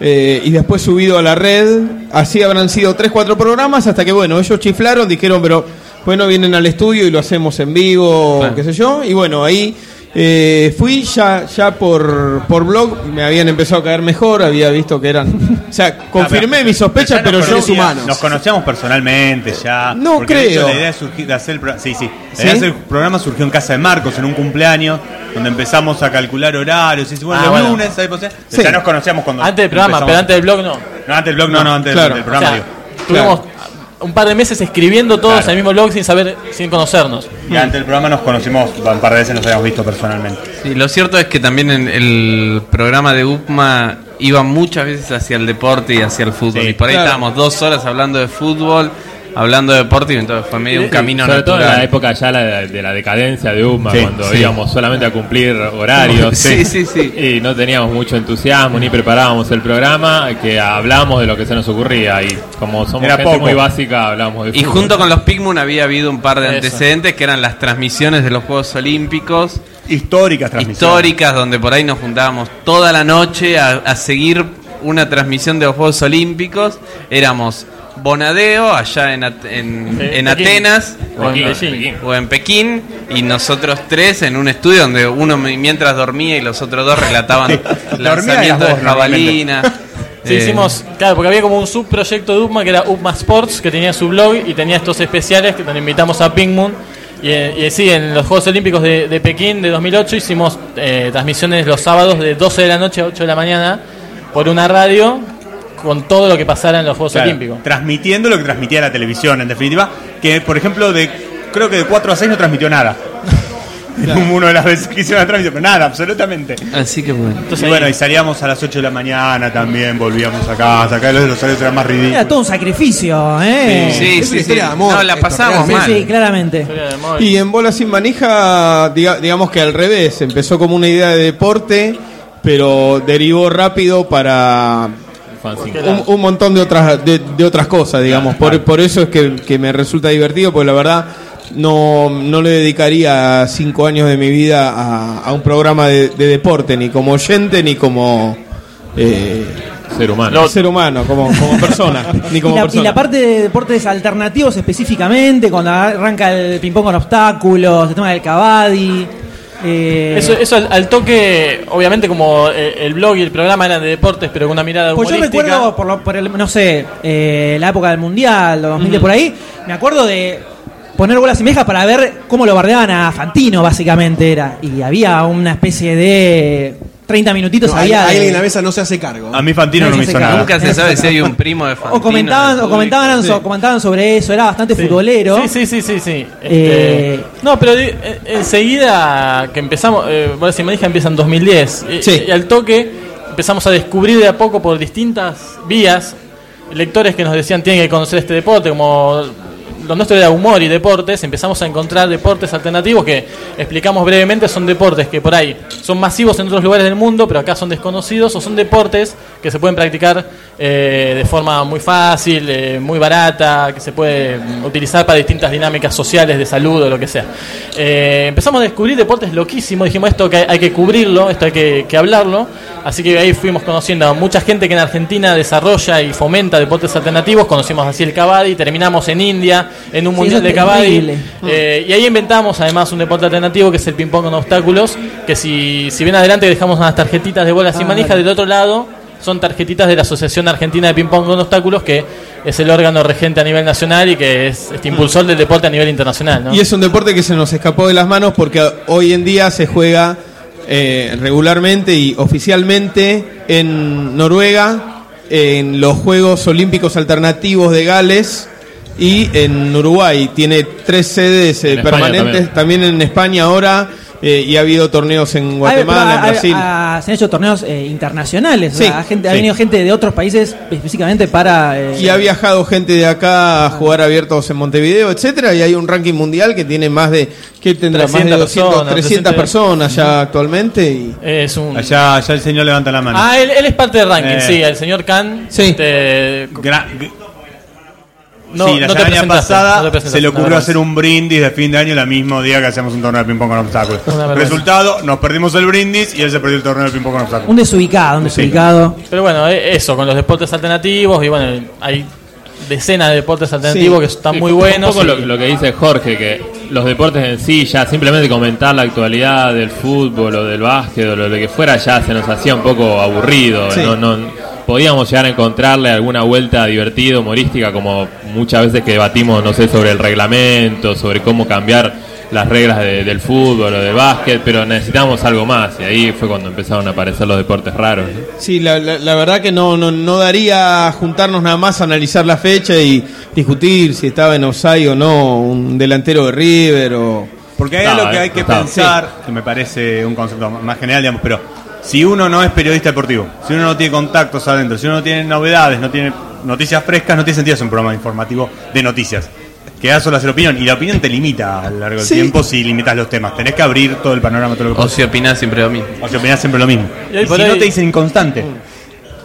[SPEAKER 6] eh, y después subido a la red. Así habrán sido tres, cuatro programas hasta que, bueno, ellos chiflaron, dijeron, pero bueno, vienen al estudio y lo hacemos en vivo, qué sé yo. Y bueno, ahí eh, fui ya, ya por, por blog, me habían empezado a caer mejor, había visto que eran. O sea, confirmé mis sospechas,
[SPEAKER 4] Ya
[SPEAKER 6] pero
[SPEAKER 4] nos
[SPEAKER 6] yo.
[SPEAKER 4] conocía- Nos conocíamos personalmente ya.
[SPEAKER 6] No
[SPEAKER 4] porque de hecho
[SPEAKER 6] creo.
[SPEAKER 4] la idea de, surgir- de hacer el programa. Sí, sí. La
[SPEAKER 6] ¿Sí?
[SPEAKER 4] idea de hacer el programa surgió en casa de Marcos en un cumpleaños, donde empezamos a calcular horarios. Y dice, bueno,
[SPEAKER 7] Ah,
[SPEAKER 4] los
[SPEAKER 7] bueno.
[SPEAKER 4] lunes, ahí posee.
[SPEAKER 6] Sí.
[SPEAKER 4] Ya nos conocíamos cuando.
[SPEAKER 7] Antes del programa, pero
[SPEAKER 4] empezamos.
[SPEAKER 7] antes del blog no.
[SPEAKER 4] No, antes del blog, no, no, antes
[SPEAKER 6] Claro.
[SPEAKER 4] del
[SPEAKER 7] O
[SPEAKER 4] programa.
[SPEAKER 7] sea,
[SPEAKER 4] digo.
[SPEAKER 7] tuvimos un par de meses escribiendo todos
[SPEAKER 4] Claro.
[SPEAKER 7] al mismo blog sin saber, sin conocernos.
[SPEAKER 4] Y antes del programa nos conocimos, un par de veces nos habíamos visto personalmente.
[SPEAKER 3] Sí, lo cierto es que también en el programa de UPMA iba muchas veces hacia el deporte y hacia el fútbol.
[SPEAKER 4] Sí,
[SPEAKER 3] y por ahí
[SPEAKER 6] claro.
[SPEAKER 3] estábamos dos horas hablando de fútbol, hablando de deporte y entonces fue medio un camino
[SPEAKER 5] Sobre todo en la
[SPEAKER 3] natural.
[SPEAKER 5] época ya la de, de la decadencia de UMA,
[SPEAKER 4] Sí,
[SPEAKER 5] cuando
[SPEAKER 4] sí.
[SPEAKER 5] íbamos solamente a cumplir horarios.
[SPEAKER 3] Sí, sí, sí.
[SPEAKER 5] Y no teníamos mucho entusiasmo ni preparábamos el programa, que hablábamos de lo que se nos ocurría. Y como somos
[SPEAKER 4] Era
[SPEAKER 5] gente
[SPEAKER 4] poco.
[SPEAKER 5] muy básica, hablábamos de
[SPEAKER 3] Y
[SPEAKER 5] fútbol.
[SPEAKER 3] junto con los Pigmoon había habido un par de
[SPEAKER 7] Eso.
[SPEAKER 3] antecedentes que eran las transmisiones de los Juegos Olímpicos.
[SPEAKER 4] Históricas transmisiones.
[SPEAKER 3] históricas donde por ahí nos juntábamos toda la noche a, a seguir una transmisión de los Juegos Olímpicos. Éramos Bonadeo allá en, At- en-
[SPEAKER 7] Sí,
[SPEAKER 3] en
[SPEAKER 7] Pekín.
[SPEAKER 3] Atenas
[SPEAKER 7] O en
[SPEAKER 5] Pekín,
[SPEAKER 7] Beijing.
[SPEAKER 5] Pekín.
[SPEAKER 3] o en Pekín y nosotros tres en un estudio donde uno mi- mientras dormía y los otros dos relataban
[SPEAKER 4] eras
[SPEAKER 3] lanzamientos de
[SPEAKER 4] vos, normalmente.
[SPEAKER 3] jabalina.
[SPEAKER 7] Sí,
[SPEAKER 3] Eh,
[SPEAKER 7] hicimos, claro, porque había como un subproyecto de UPMA que era UPMA Sports, que tenía su blog y tenía estos especiales que donde invitamos a Pink Moon. Y, eh, y sí, en los Juegos Olímpicos de, de Pekín de 2008 hicimos eh, transmisiones los sábados de 12 de la noche a 8 de la mañana por una radio con todo lo que pasara en los Juegos
[SPEAKER 4] Claro,
[SPEAKER 7] Olímpicos.
[SPEAKER 4] Transmitiendo lo que transmitía la televisión, en definitiva. Que, por ejemplo, de creo que de 4 a 6 no transmitió nada. En Uno de las veces que hicieron la transmisión, pero nada, absolutamente.
[SPEAKER 3] Así que bueno.
[SPEAKER 7] Entonces,
[SPEAKER 4] y
[SPEAKER 7] ahí-
[SPEAKER 4] bueno, y salíamos a las 8 de la mañana también, volvíamos a casa. Acá los de los horarios eran más ridículos.
[SPEAKER 2] Era todo un sacrificio, ¿eh?
[SPEAKER 3] Sí,
[SPEAKER 6] es una
[SPEAKER 3] sí, sí.
[SPEAKER 6] historia de amor
[SPEAKER 3] No, la
[SPEAKER 6] esto,
[SPEAKER 3] pasamos
[SPEAKER 2] Sí,
[SPEAKER 3] mal.
[SPEAKER 2] sí, claramente.
[SPEAKER 6] Y en Bola Sin Manija, diga- digamos que al revés, empezó como una idea de deporte, pero derivó rápido para
[SPEAKER 5] Fanzine.
[SPEAKER 6] un, un montón de otras de, de otras cosas, digamos. Por, por eso es que, que me resulta divertido, porque la verdad no, no le dedicaría cinco años de mi vida a, a un programa de, de deporte, ni como oyente, ni como eh,
[SPEAKER 5] Ser humano.
[SPEAKER 6] ser humano, como, como persona. ni como
[SPEAKER 2] y, la, y
[SPEAKER 6] persona.
[SPEAKER 2] la parte de deportes alternativos específicamente, cuando arranca el ping-pong con obstáculos, el tema del cabadi. eh,
[SPEAKER 7] Eso, eso al, al toque, obviamente como eh, el blog y el programa eran de deportes, pero con una mirada
[SPEAKER 2] Pues yo
[SPEAKER 7] humorística.
[SPEAKER 2] recuerdo, por, lo- por el- no sé, eh, la época del Mundial, los 2000 por ahí, me acuerdo de poner bolas y mejas para ver cómo lo bardeaban a Fantino, básicamente era. Y había una especie de 30 minutitos,
[SPEAKER 1] No, hay-
[SPEAKER 2] había... de-
[SPEAKER 1] alguien en la mesa no se hace cargo.
[SPEAKER 4] A mí Fantino
[SPEAKER 2] No,
[SPEAKER 4] no
[SPEAKER 2] ya
[SPEAKER 4] me
[SPEAKER 2] sé
[SPEAKER 4] hizo
[SPEAKER 2] que
[SPEAKER 4] nada.
[SPEAKER 3] Nunca se sabe si hay un primo de Fantino.
[SPEAKER 2] o
[SPEAKER 3] en
[SPEAKER 2] comentaban,
[SPEAKER 3] el
[SPEAKER 2] o
[SPEAKER 3] público.
[SPEAKER 2] comentaban, so- comentaban sobre eso, era bastante
[SPEAKER 7] Sí.
[SPEAKER 2] futbolero.
[SPEAKER 7] Sí, sí, sí, sí. sí.
[SPEAKER 2] Eh,
[SPEAKER 7] Este, no, pero de- eh, enseguida que empezamos, eh, bueno, si me dije, empieza en 2010. Y,
[SPEAKER 6] Sí.
[SPEAKER 7] y al toque empezamos a descubrir de a poco por distintas vías lectores que nos decían tienen que conocer este deporte, como lo nuestro era humor y deportes, empezamos a encontrar deportes alternativos que explicamos brevemente son deportes que por ahí son masivos en otros lugares del mundo, pero acá son desconocidos o son deportes que se pueden practicar eh, de forma muy fácil, eh, muy barata, que se puede mm, utilizar para distintas dinámicas sociales, de salud o lo que sea. Eh, empezamos a descubrir deportes loquísimos, dijimos esto que hay, hay que cubrirlo, esto hay que, que hablarlo, así que ahí fuimos conociendo a mucha gente que en Argentina desarrolla y fomenta deportes alternativos, conocimos así el Kabaddi, terminamos en India, en un
[SPEAKER 2] Sí,
[SPEAKER 7] mundial
[SPEAKER 2] eso es
[SPEAKER 7] de Kabaddi,
[SPEAKER 2] terrible. Mm.
[SPEAKER 7] eh, y ahí inventamos además un deporte alternativo que es el ping-pong con obstáculos, que si, si bien adelante dejamos unas tarjetitas de bolas
[SPEAKER 2] Ah,
[SPEAKER 7] sin manija,
[SPEAKER 2] dale.
[SPEAKER 7] del otro lado son tarjetitas de la Asociación Argentina de Ping-Pong con obstáculos, que es el órgano regente a nivel nacional y que es este impulsor del deporte a nivel internacional. ¿no?
[SPEAKER 6] Y es un deporte que se nos escapó de las manos porque hoy en día se juega eh, regularmente y oficialmente en Noruega, en los Juegos Olímpicos Alternativos de Gales y en Uruguay. Tiene tres sedes eh,
[SPEAKER 5] En España
[SPEAKER 6] permanentes, también. en España ahora eh, y ha habido torneos en Guatemala,
[SPEAKER 2] Hay-
[SPEAKER 6] en
[SPEAKER 2] hay-
[SPEAKER 6] Brasil.
[SPEAKER 2] ah, se han hecho torneos eh, internacionales. o
[SPEAKER 6] Sí,
[SPEAKER 2] sea, gente, Ha
[SPEAKER 6] sí.
[SPEAKER 2] venido gente de otros países específicamente para. eh,
[SPEAKER 6] Y ha viajado gente de acá a jugar abiertos en Montevideo, etcétera, y hay un ranking mundial que tiene más de que tendrá más de
[SPEAKER 7] 300
[SPEAKER 6] 200,
[SPEAKER 7] personas,
[SPEAKER 6] 300
[SPEAKER 7] 300.
[SPEAKER 6] personas ya actualmente y
[SPEAKER 7] Es un...
[SPEAKER 4] Allá, allá el señor levanta la mano.
[SPEAKER 7] Ah, él, él es parte del ranking,
[SPEAKER 4] Eh.
[SPEAKER 7] sí, el señor Khan.
[SPEAKER 6] Sí.
[SPEAKER 7] este,
[SPEAKER 4] Gra- g-
[SPEAKER 7] no,
[SPEAKER 4] sí, la
[SPEAKER 7] no te
[SPEAKER 4] semana
[SPEAKER 7] presentaste,
[SPEAKER 4] pasada
[SPEAKER 7] no te presentaste,
[SPEAKER 4] se le
[SPEAKER 7] una
[SPEAKER 4] ocurrió
[SPEAKER 7] vergüenza.
[SPEAKER 4] hacer un brindis de fin de año el mismo día que hacemos un torneo de ping-pong con obstáculos.
[SPEAKER 7] Una vergüenza.
[SPEAKER 4] Resultado, nos perdimos el brindis y él se perdió el torneo de ping-pong con obstáculos.
[SPEAKER 2] Un desubicado, un
[SPEAKER 4] Sí.
[SPEAKER 2] desubicado.
[SPEAKER 7] Pero bueno, eh, eso, con los deportes alternativos y bueno, hay decenas de deportes alternativos que están
[SPEAKER 5] Sí,
[SPEAKER 7] muy
[SPEAKER 5] un
[SPEAKER 7] buenos.
[SPEAKER 5] poco
[SPEAKER 7] y-
[SPEAKER 5] lo, lo que dice Jorge, que los deportes en sí, ya simplemente comentar la actualidad del fútbol o del básquet o lo de que fuera, ya se nos hacía un poco aburrido.
[SPEAKER 6] Sí.
[SPEAKER 5] No, no- podíamos llegar a encontrarle alguna vuelta divertida, humorística, como muchas veces que debatimos, no sé, sobre el reglamento, sobre cómo cambiar las reglas de- del fútbol o del básquet, pero necesitamos algo más. Y ahí fue cuando empezaron a aparecer los deportes raros. ¿no?
[SPEAKER 6] Sí, la, la- la verdad que no, no, no daría juntarnos nada más a analizar la fecha y discutir si estaba en offside o no un delantero de River o...
[SPEAKER 4] Porque hay
[SPEAKER 5] Está,
[SPEAKER 4] algo que hay
[SPEAKER 5] eh,
[SPEAKER 4] que
[SPEAKER 5] está.
[SPEAKER 4] pensar, que me parece un concepto más general, digamos, pero si uno no es periodista deportivo, si uno no tiene contactos adentro, si uno no tiene novedades, no tiene noticias frescas, no tiene sentido hacer un programa informativo de noticias. Queda solo hacer opinión y la opinión te limita a lo largo del
[SPEAKER 2] Sí.
[SPEAKER 4] tiempo si limitas los temas. Tenés que abrir todo el panorama, todo lo que
[SPEAKER 3] O si opinás siempre lo mismo.
[SPEAKER 4] O si opinás siempre lo mismo.
[SPEAKER 7] Y ahí
[SPEAKER 4] Y
[SPEAKER 7] por
[SPEAKER 4] si no
[SPEAKER 7] ahí-
[SPEAKER 4] te dicen inconstante.
[SPEAKER 2] Mm.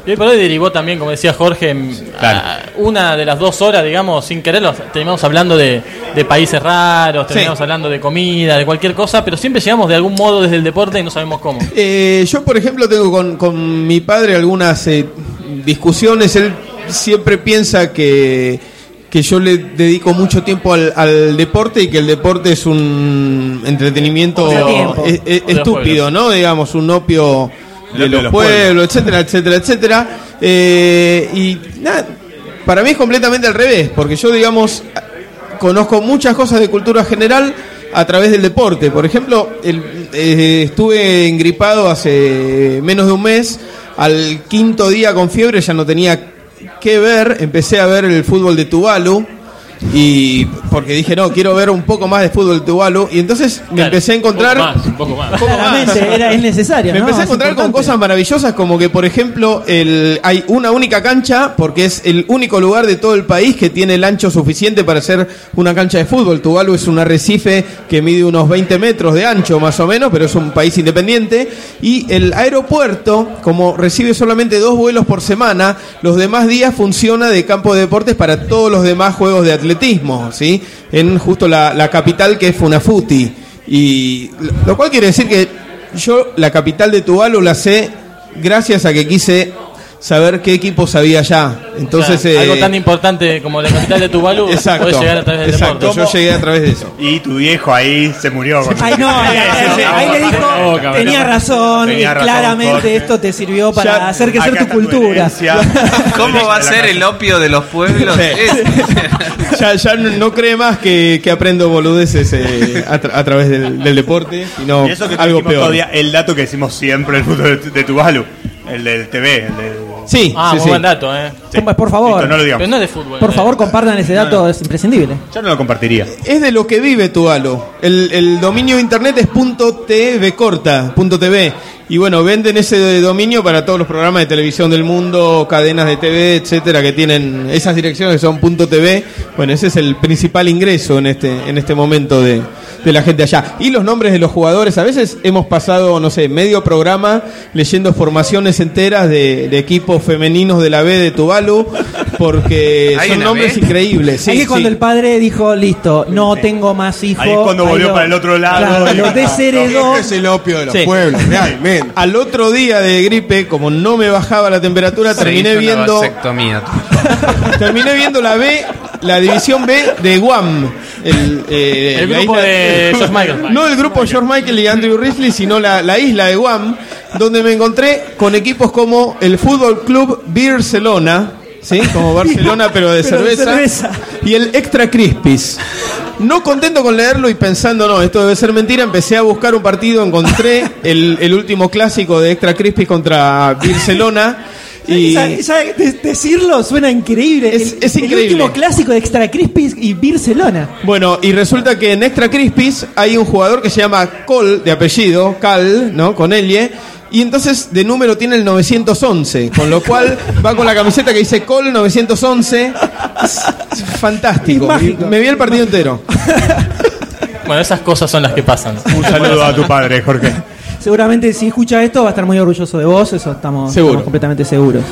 [SPEAKER 7] Y hoy por hoy derivó también, como decía Jorge, en-
[SPEAKER 4] Claro.
[SPEAKER 7] a- una de las dos horas, digamos, sin quererlo, terminamos hablando de, de países raros, terminamos hablando de comida, de cualquier cosa, pero siempre llegamos de algún modo desde el deporte y no sabemos cómo.
[SPEAKER 6] Eh, yo, por ejemplo, tengo con, con mi padre algunas eh, discusiones. Él siempre piensa que, que yo le dedico mucho tiempo al, al deporte y que el deporte es un entretenimiento
[SPEAKER 2] Otro tiempo.
[SPEAKER 6] es- es-
[SPEAKER 7] Otros
[SPEAKER 6] estúpido,
[SPEAKER 7] pueblos.
[SPEAKER 6] ¿no? Digamos, un opio
[SPEAKER 4] El
[SPEAKER 6] de
[SPEAKER 4] opio
[SPEAKER 6] los pueblos, etcétera, etcétera, etcétera. Eh, y nada, para mí es completamente al revés, porque yo, digamos, conozco muchas cosas de cultura general a través del deporte. Por ejemplo, el- eh, estuve engripado hace menos de un mes, al quinto día con fiebre ya no tenía que ver, empecé a ver el fútbol de Tuvalu. Y porque dije, no, quiero ver un poco más de fútbol de Tuvalu. Y entonces me
[SPEAKER 5] Claro,
[SPEAKER 6] empecé a encontrar
[SPEAKER 5] Un poco más, un poco más.
[SPEAKER 6] poco
[SPEAKER 2] Claramente, era, es necesario.
[SPEAKER 6] me
[SPEAKER 2] ¿no?
[SPEAKER 6] empecé a
[SPEAKER 2] Es
[SPEAKER 6] encontrar con
[SPEAKER 2] importante.
[SPEAKER 6] cosas maravillosas como que, por ejemplo, el, hay una única cancha, porque es el único lugar de todo el país que tiene el ancho suficiente para hacer una cancha de fútbol. Tuvalu es un arrecife que mide unos 20 metros de ancho más o menos, pero es un país independiente. Y el aeropuerto, como recibe solamente dos vuelos por semana, los demás días funciona de campo de deportes para todos los demás juegos de atletismo, ¿sí? En justo la, la capital que es Funafuti. Y lo- lo cual quiere decir que yo la capital de Tuvalu la sé gracias a que quise saber qué equipo sabía ya. Entonces,
[SPEAKER 7] O sea, algo
[SPEAKER 6] eh,
[SPEAKER 7] tan importante como la capital de Tuvalu
[SPEAKER 6] exacto,
[SPEAKER 7] puede llegar a través del
[SPEAKER 6] exacto.
[SPEAKER 7] deporte.
[SPEAKER 6] Yo llegué a través de eso.
[SPEAKER 4] Y tu viejo ahí se murió. con-
[SPEAKER 2] Ay, no, ahí,
[SPEAKER 4] Sí, sí,
[SPEAKER 2] ahí
[SPEAKER 4] sí.
[SPEAKER 2] le dijo,
[SPEAKER 5] No, cabrón.
[SPEAKER 2] tenía razón,
[SPEAKER 4] Tenía
[SPEAKER 2] y
[SPEAKER 4] razón,
[SPEAKER 2] claramente
[SPEAKER 4] Jorge.
[SPEAKER 2] esto te sirvió para
[SPEAKER 6] Ya,
[SPEAKER 2] hacer crecer
[SPEAKER 4] Acá
[SPEAKER 2] tu
[SPEAKER 4] está
[SPEAKER 2] cultura.
[SPEAKER 4] herencia.
[SPEAKER 3] ¿Cómo va a ser el opio de los pueblos?
[SPEAKER 6] Sí.
[SPEAKER 3] Es-
[SPEAKER 6] ya ya no, no cree más que, que aprendo boludeces eh, a, tra- a través del, del deporte, sino
[SPEAKER 4] Y eso que te
[SPEAKER 6] algo
[SPEAKER 4] dijimos
[SPEAKER 6] peor.
[SPEAKER 4] todavía, el dato que decimos siempre el fútbol de, de Tuvalu, el del TV, el del...
[SPEAKER 6] Sí,
[SPEAKER 7] Ah,
[SPEAKER 6] sí,
[SPEAKER 7] muy
[SPEAKER 6] sí.
[SPEAKER 7] buen dato, ¿eh?
[SPEAKER 4] Sí.
[SPEAKER 2] Compas, por favor.
[SPEAKER 4] Listo, no lo
[SPEAKER 7] Pero
[SPEAKER 4] digamos.
[SPEAKER 7] no es de fútbol.
[SPEAKER 2] Por
[SPEAKER 7] eh.
[SPEAKER 2] favor, compartan ese dato, es imprescindible.
[SPEAKER 4] Yo no lo compartiría.
[SPEAKER 6] Es de lo que vive Tuvalu. El, el dominio internet es .tv corta, .tv. Y bueno, venden ese dominio para todos los programas de televisión del mundo, cadenas de TV, etcétera, que tienen esas direcciones que son .tv. Bueno, ese es el principal ingreso en este en este momento de, de la gente allá. Y los nombres de los jugadores, a veces hemos pasado, no sé, medio programa leyendo formaciones enteras de, de equipos femeninos de la B de Tuvalu, porque
[SPEAKER 3] ¿Hay
[SPEAKER 6] son
[SPEAKER 3] una
[SPEAKER 6] nombres
[SPEAKER 3] B?
[SPEAKER 6] increíbles. Sí,
[SPEAKER 2] es que cuando
[SPEAKER 6] sí.
[SPEAKER 2] el padre dijo, listo, no tengo más hijos.
[SPEAKER 4] Ahí es cuando volvió
[SPEAKER 2] lo-
[SPEAKER 4] para el otro lado.
[SPEAKER 2] Claro,
[SPEAKER 4] Y-
[SPEAKER 2] lo desheredó.
[SPEAKER 1] Este es el opio de los
[SPEAKER 6] Sí.
[SPEAKER 1] pueblos, realmente.
[SPEAKER 6] Al otro día de gripe, como no me bajaba la temperatura,
[SPEAKER 3] Se hizo
[SPEAKER 6] terminé
[SPEAKER 3] una
[SPEAKER 6] viendo,
[SPEAKER 3] vasectomía.
[SPEAKER 6] terminé viendo la B, la división B de Guam. El, eh,
[SPEAKER 7] El
[SPEAKER 6] la
[SPEAKER 7] grupo
[SPEAKER 6] isla-
[SPEAKER 7] de George Michael.
[SPEAKER 6] No el grupo George Michael y Andrew Risley, sino la, la isla de Guam, donde me encontré con equipos como el Fútbol Club Barcelona, ¿sí? como Barcelona pero de
[SPEAKER 2] Pero de
[SPEAKER 6] cerveza,
[SPEAKER 2] cerveza.
[SPEAKER 6] y el Extra Crispis. No contento con leerlo y pensando, no, esto debe ser mentira, empecé a buscar un partido, encontré el, el último clásico de Extra Crispis contra Barcelona. Y
[SPEAKER 2] Sa- sa- de- decirlo suena increíble.
[SPEAKER 6] Es-
[SPEAKER 2] El-
[SPEAKER 6] es increíble.
[SPEAKER 2] El último clásico de Extra Crispis y Barcelona.
[SPEAKER 6] Bueno, y resulta que en Extra Crispis hay un jugador que se llama Col, de apellido, Cal, ¿no? Con Elie. Y entonces de número tiene el 911, con lo cual va con la camiseta que dice Col 911. Es Fantástico.
[SPEAKER 2] Es mágico.
[SPEAKER 6] Me vi el partido entero.
[SPEAKER 7] Bueno, esas cosas son las que pasan.
[SPEAKER 4] Un saludo a tu padre, Jorge.
[SPEAKER 2] Seguramente si escucha esto va a estar muy orgulloso de vos, eso estamos,
[SPEAKER 6] Seguro.
[SPEAKER 2] estamos completamente seguros.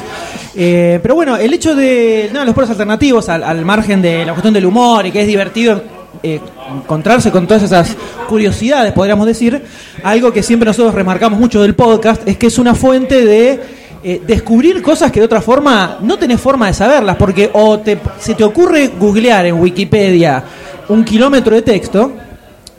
[SPEAKER 2] Eh, pero bueno, el hecho de no, los pueblos alternativos, al, al margen de la cuestión del humor y que es divertido eh, encontrarse con todas esas curiosidades, podríamos decir, algo que siempre nosotros remarcamos mucho del podcast es que es una fuente de eh, descubrir cosas que de otra forma no tenés forma de saberlas, porque o te, se te ocurre googlear en Wikipedia un kilómetro de texto,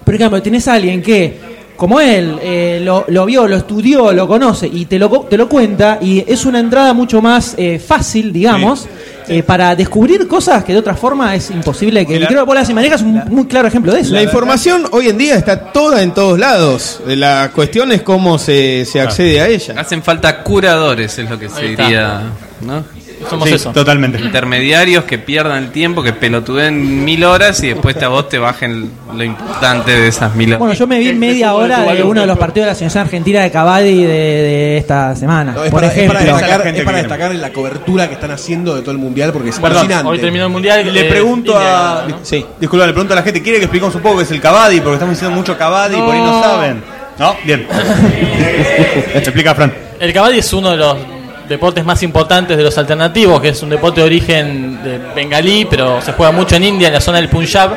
[SPEAKER 2] pero en cambio, tenés a alguien que, como él, eh, lo, lo vio, lo estudió, lo conoce y te lo, co- te lo cuenta, y es una entrada mucho más eh, fácil, digamos, eh, para descubrir cosas que de otra forma es imposible. Que el micro de bolas y manejas es un muy claro ejemplo de eso.
[SPEAKER 6] La información hoy en día está toda en todos lados. La cuestión es cómo se, se accede a ella.
[SPEAKER 3] Hacen falta curadores, es lo que se
[SPEAKER 7] Ahí está.
[SPEAKER 3] diría. ¿no?
[SPEAKER 7] Somos
[SPEAKER 4] Sí,
[SPEAKER 7] eso.
[SPEAKER 4] Totalmente.
[SPEAKER 3] Intermediarios que pierdan el tiempo, que pelotuden mil horas y después te- a vos te bajen lo importante de esas mil horas.
[SPEAKER 2] Bueno, yo me vi media hora de uno de los partidos de la selección argentina de Cavadi de, de esta semana.
[SPEAKER 1] No, es,
[SPEAKER 2] por
[SPEAKER 1] para, es
[SPEAKER 2] ejemplo,
[SPEAKER 1] para destacar,
[SPEAKER 4] Esa gente
[SPEAKER 1] es para
[SPEAKER 4] que viene.
[SPEAKER 1] destacar la cobertura que están haciendo de todo el mundial porque es
[SPEAKER 4] Perdón,
[SPEAKER 1] fascinante.
[SPEAKER 7] Hoy terminó el mundial.
[SPEAKER 4] Le
[SPEAKER 7] eh,
[SPEAKER 4] pregunto
[SPEAKER 7] India,
[SPEAKER 4] a.
[SPEAKER 7] ¿no?
[SPEAKER 4] Sí. Disculpa, le pregunto a la gente, ¿quiere que expliquemos un poco qué es el Cavadi? Porque estamos diciendo mucho Cavadi y por ahí no
[SPEAKER 7] No.
[SPEAKER 4] saben. No, bien. Explica, Fran.
[SPEAKER 7] El caballo es uno de los deportes más importantes de los alternativos, que es un deporte de origen de bengalí, pero se juega mucho en India, en la zona del Punjab,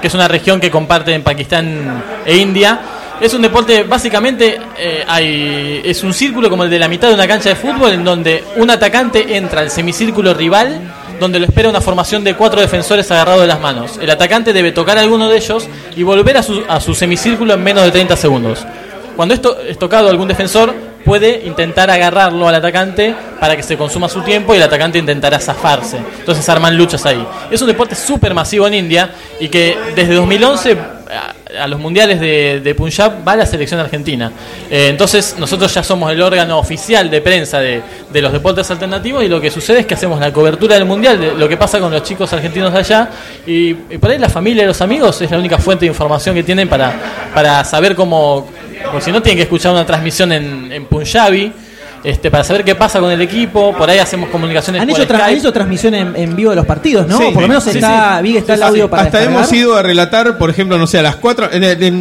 [SPEAKER 7] que es una región que comparten Pakistán e India. Es un deporte, básicamente, eh, hay, es un círculo como el de la mitad de una cancha de fútbol, en donde un atacante entra al semicírculo rival, donde lo espera una formación de cuatro defensores agarrados de las manos. El atacante debe tocar a alguno de ellos y volver a su, a su semicírculo en menos de 30 segundos. Cuando esto es tocado algún defensor, puede intentar agarrarlo al atacante para que se consuma su tiempo y el atacante intentará zafarse. Entonces arman luchas ahí. Es un deporte súper masivo en India y que desde 2011 a, a los mundiales de, de Punjab va la selección argentina. Eh, entonces nosotros ya somos el órgano oficial de prensa de, de los deportes alternativos y lo que sucede es que hacemos la cobertura del mundial, de lo que pasa con los chicos argentinos de allá y, y por ahí la familia y los amigos es la única fuente de información que tienen para, para saber cómo porque si no tienen que escuchar una transmisión en, en Punjabi este, para saber qué pasa con el equipo. Por ahí hacemos comunicaciones
[SPEAKER 2] han
[SPEAKER 7] por
[SPEAKER 2] hecho, tra- han
[SPEAKER 7] Skype.
[SPEAKER 2] hecho transmisiones en, en vivo de los partidos, ¿no?
[SPEAKER 6] Sí,
[SPEAKER 2] por lo
[SPEAKER 6] sí,
[SPEAKER 2] menos
[SPEAKER 7] sí,
[SPEAKER 2] está,
[SPEAKER 7] sí.
[SPEAKER 2] vi que está el
[SPEAKER 6] Hasta-
[SPEAKER 2] audio para
[SPEAKER 6] Hasta
[SPEAKER 2] descargar.
[SPEAKER 6] hemos ido a relatar, por ejemplo, no sé, a las 4.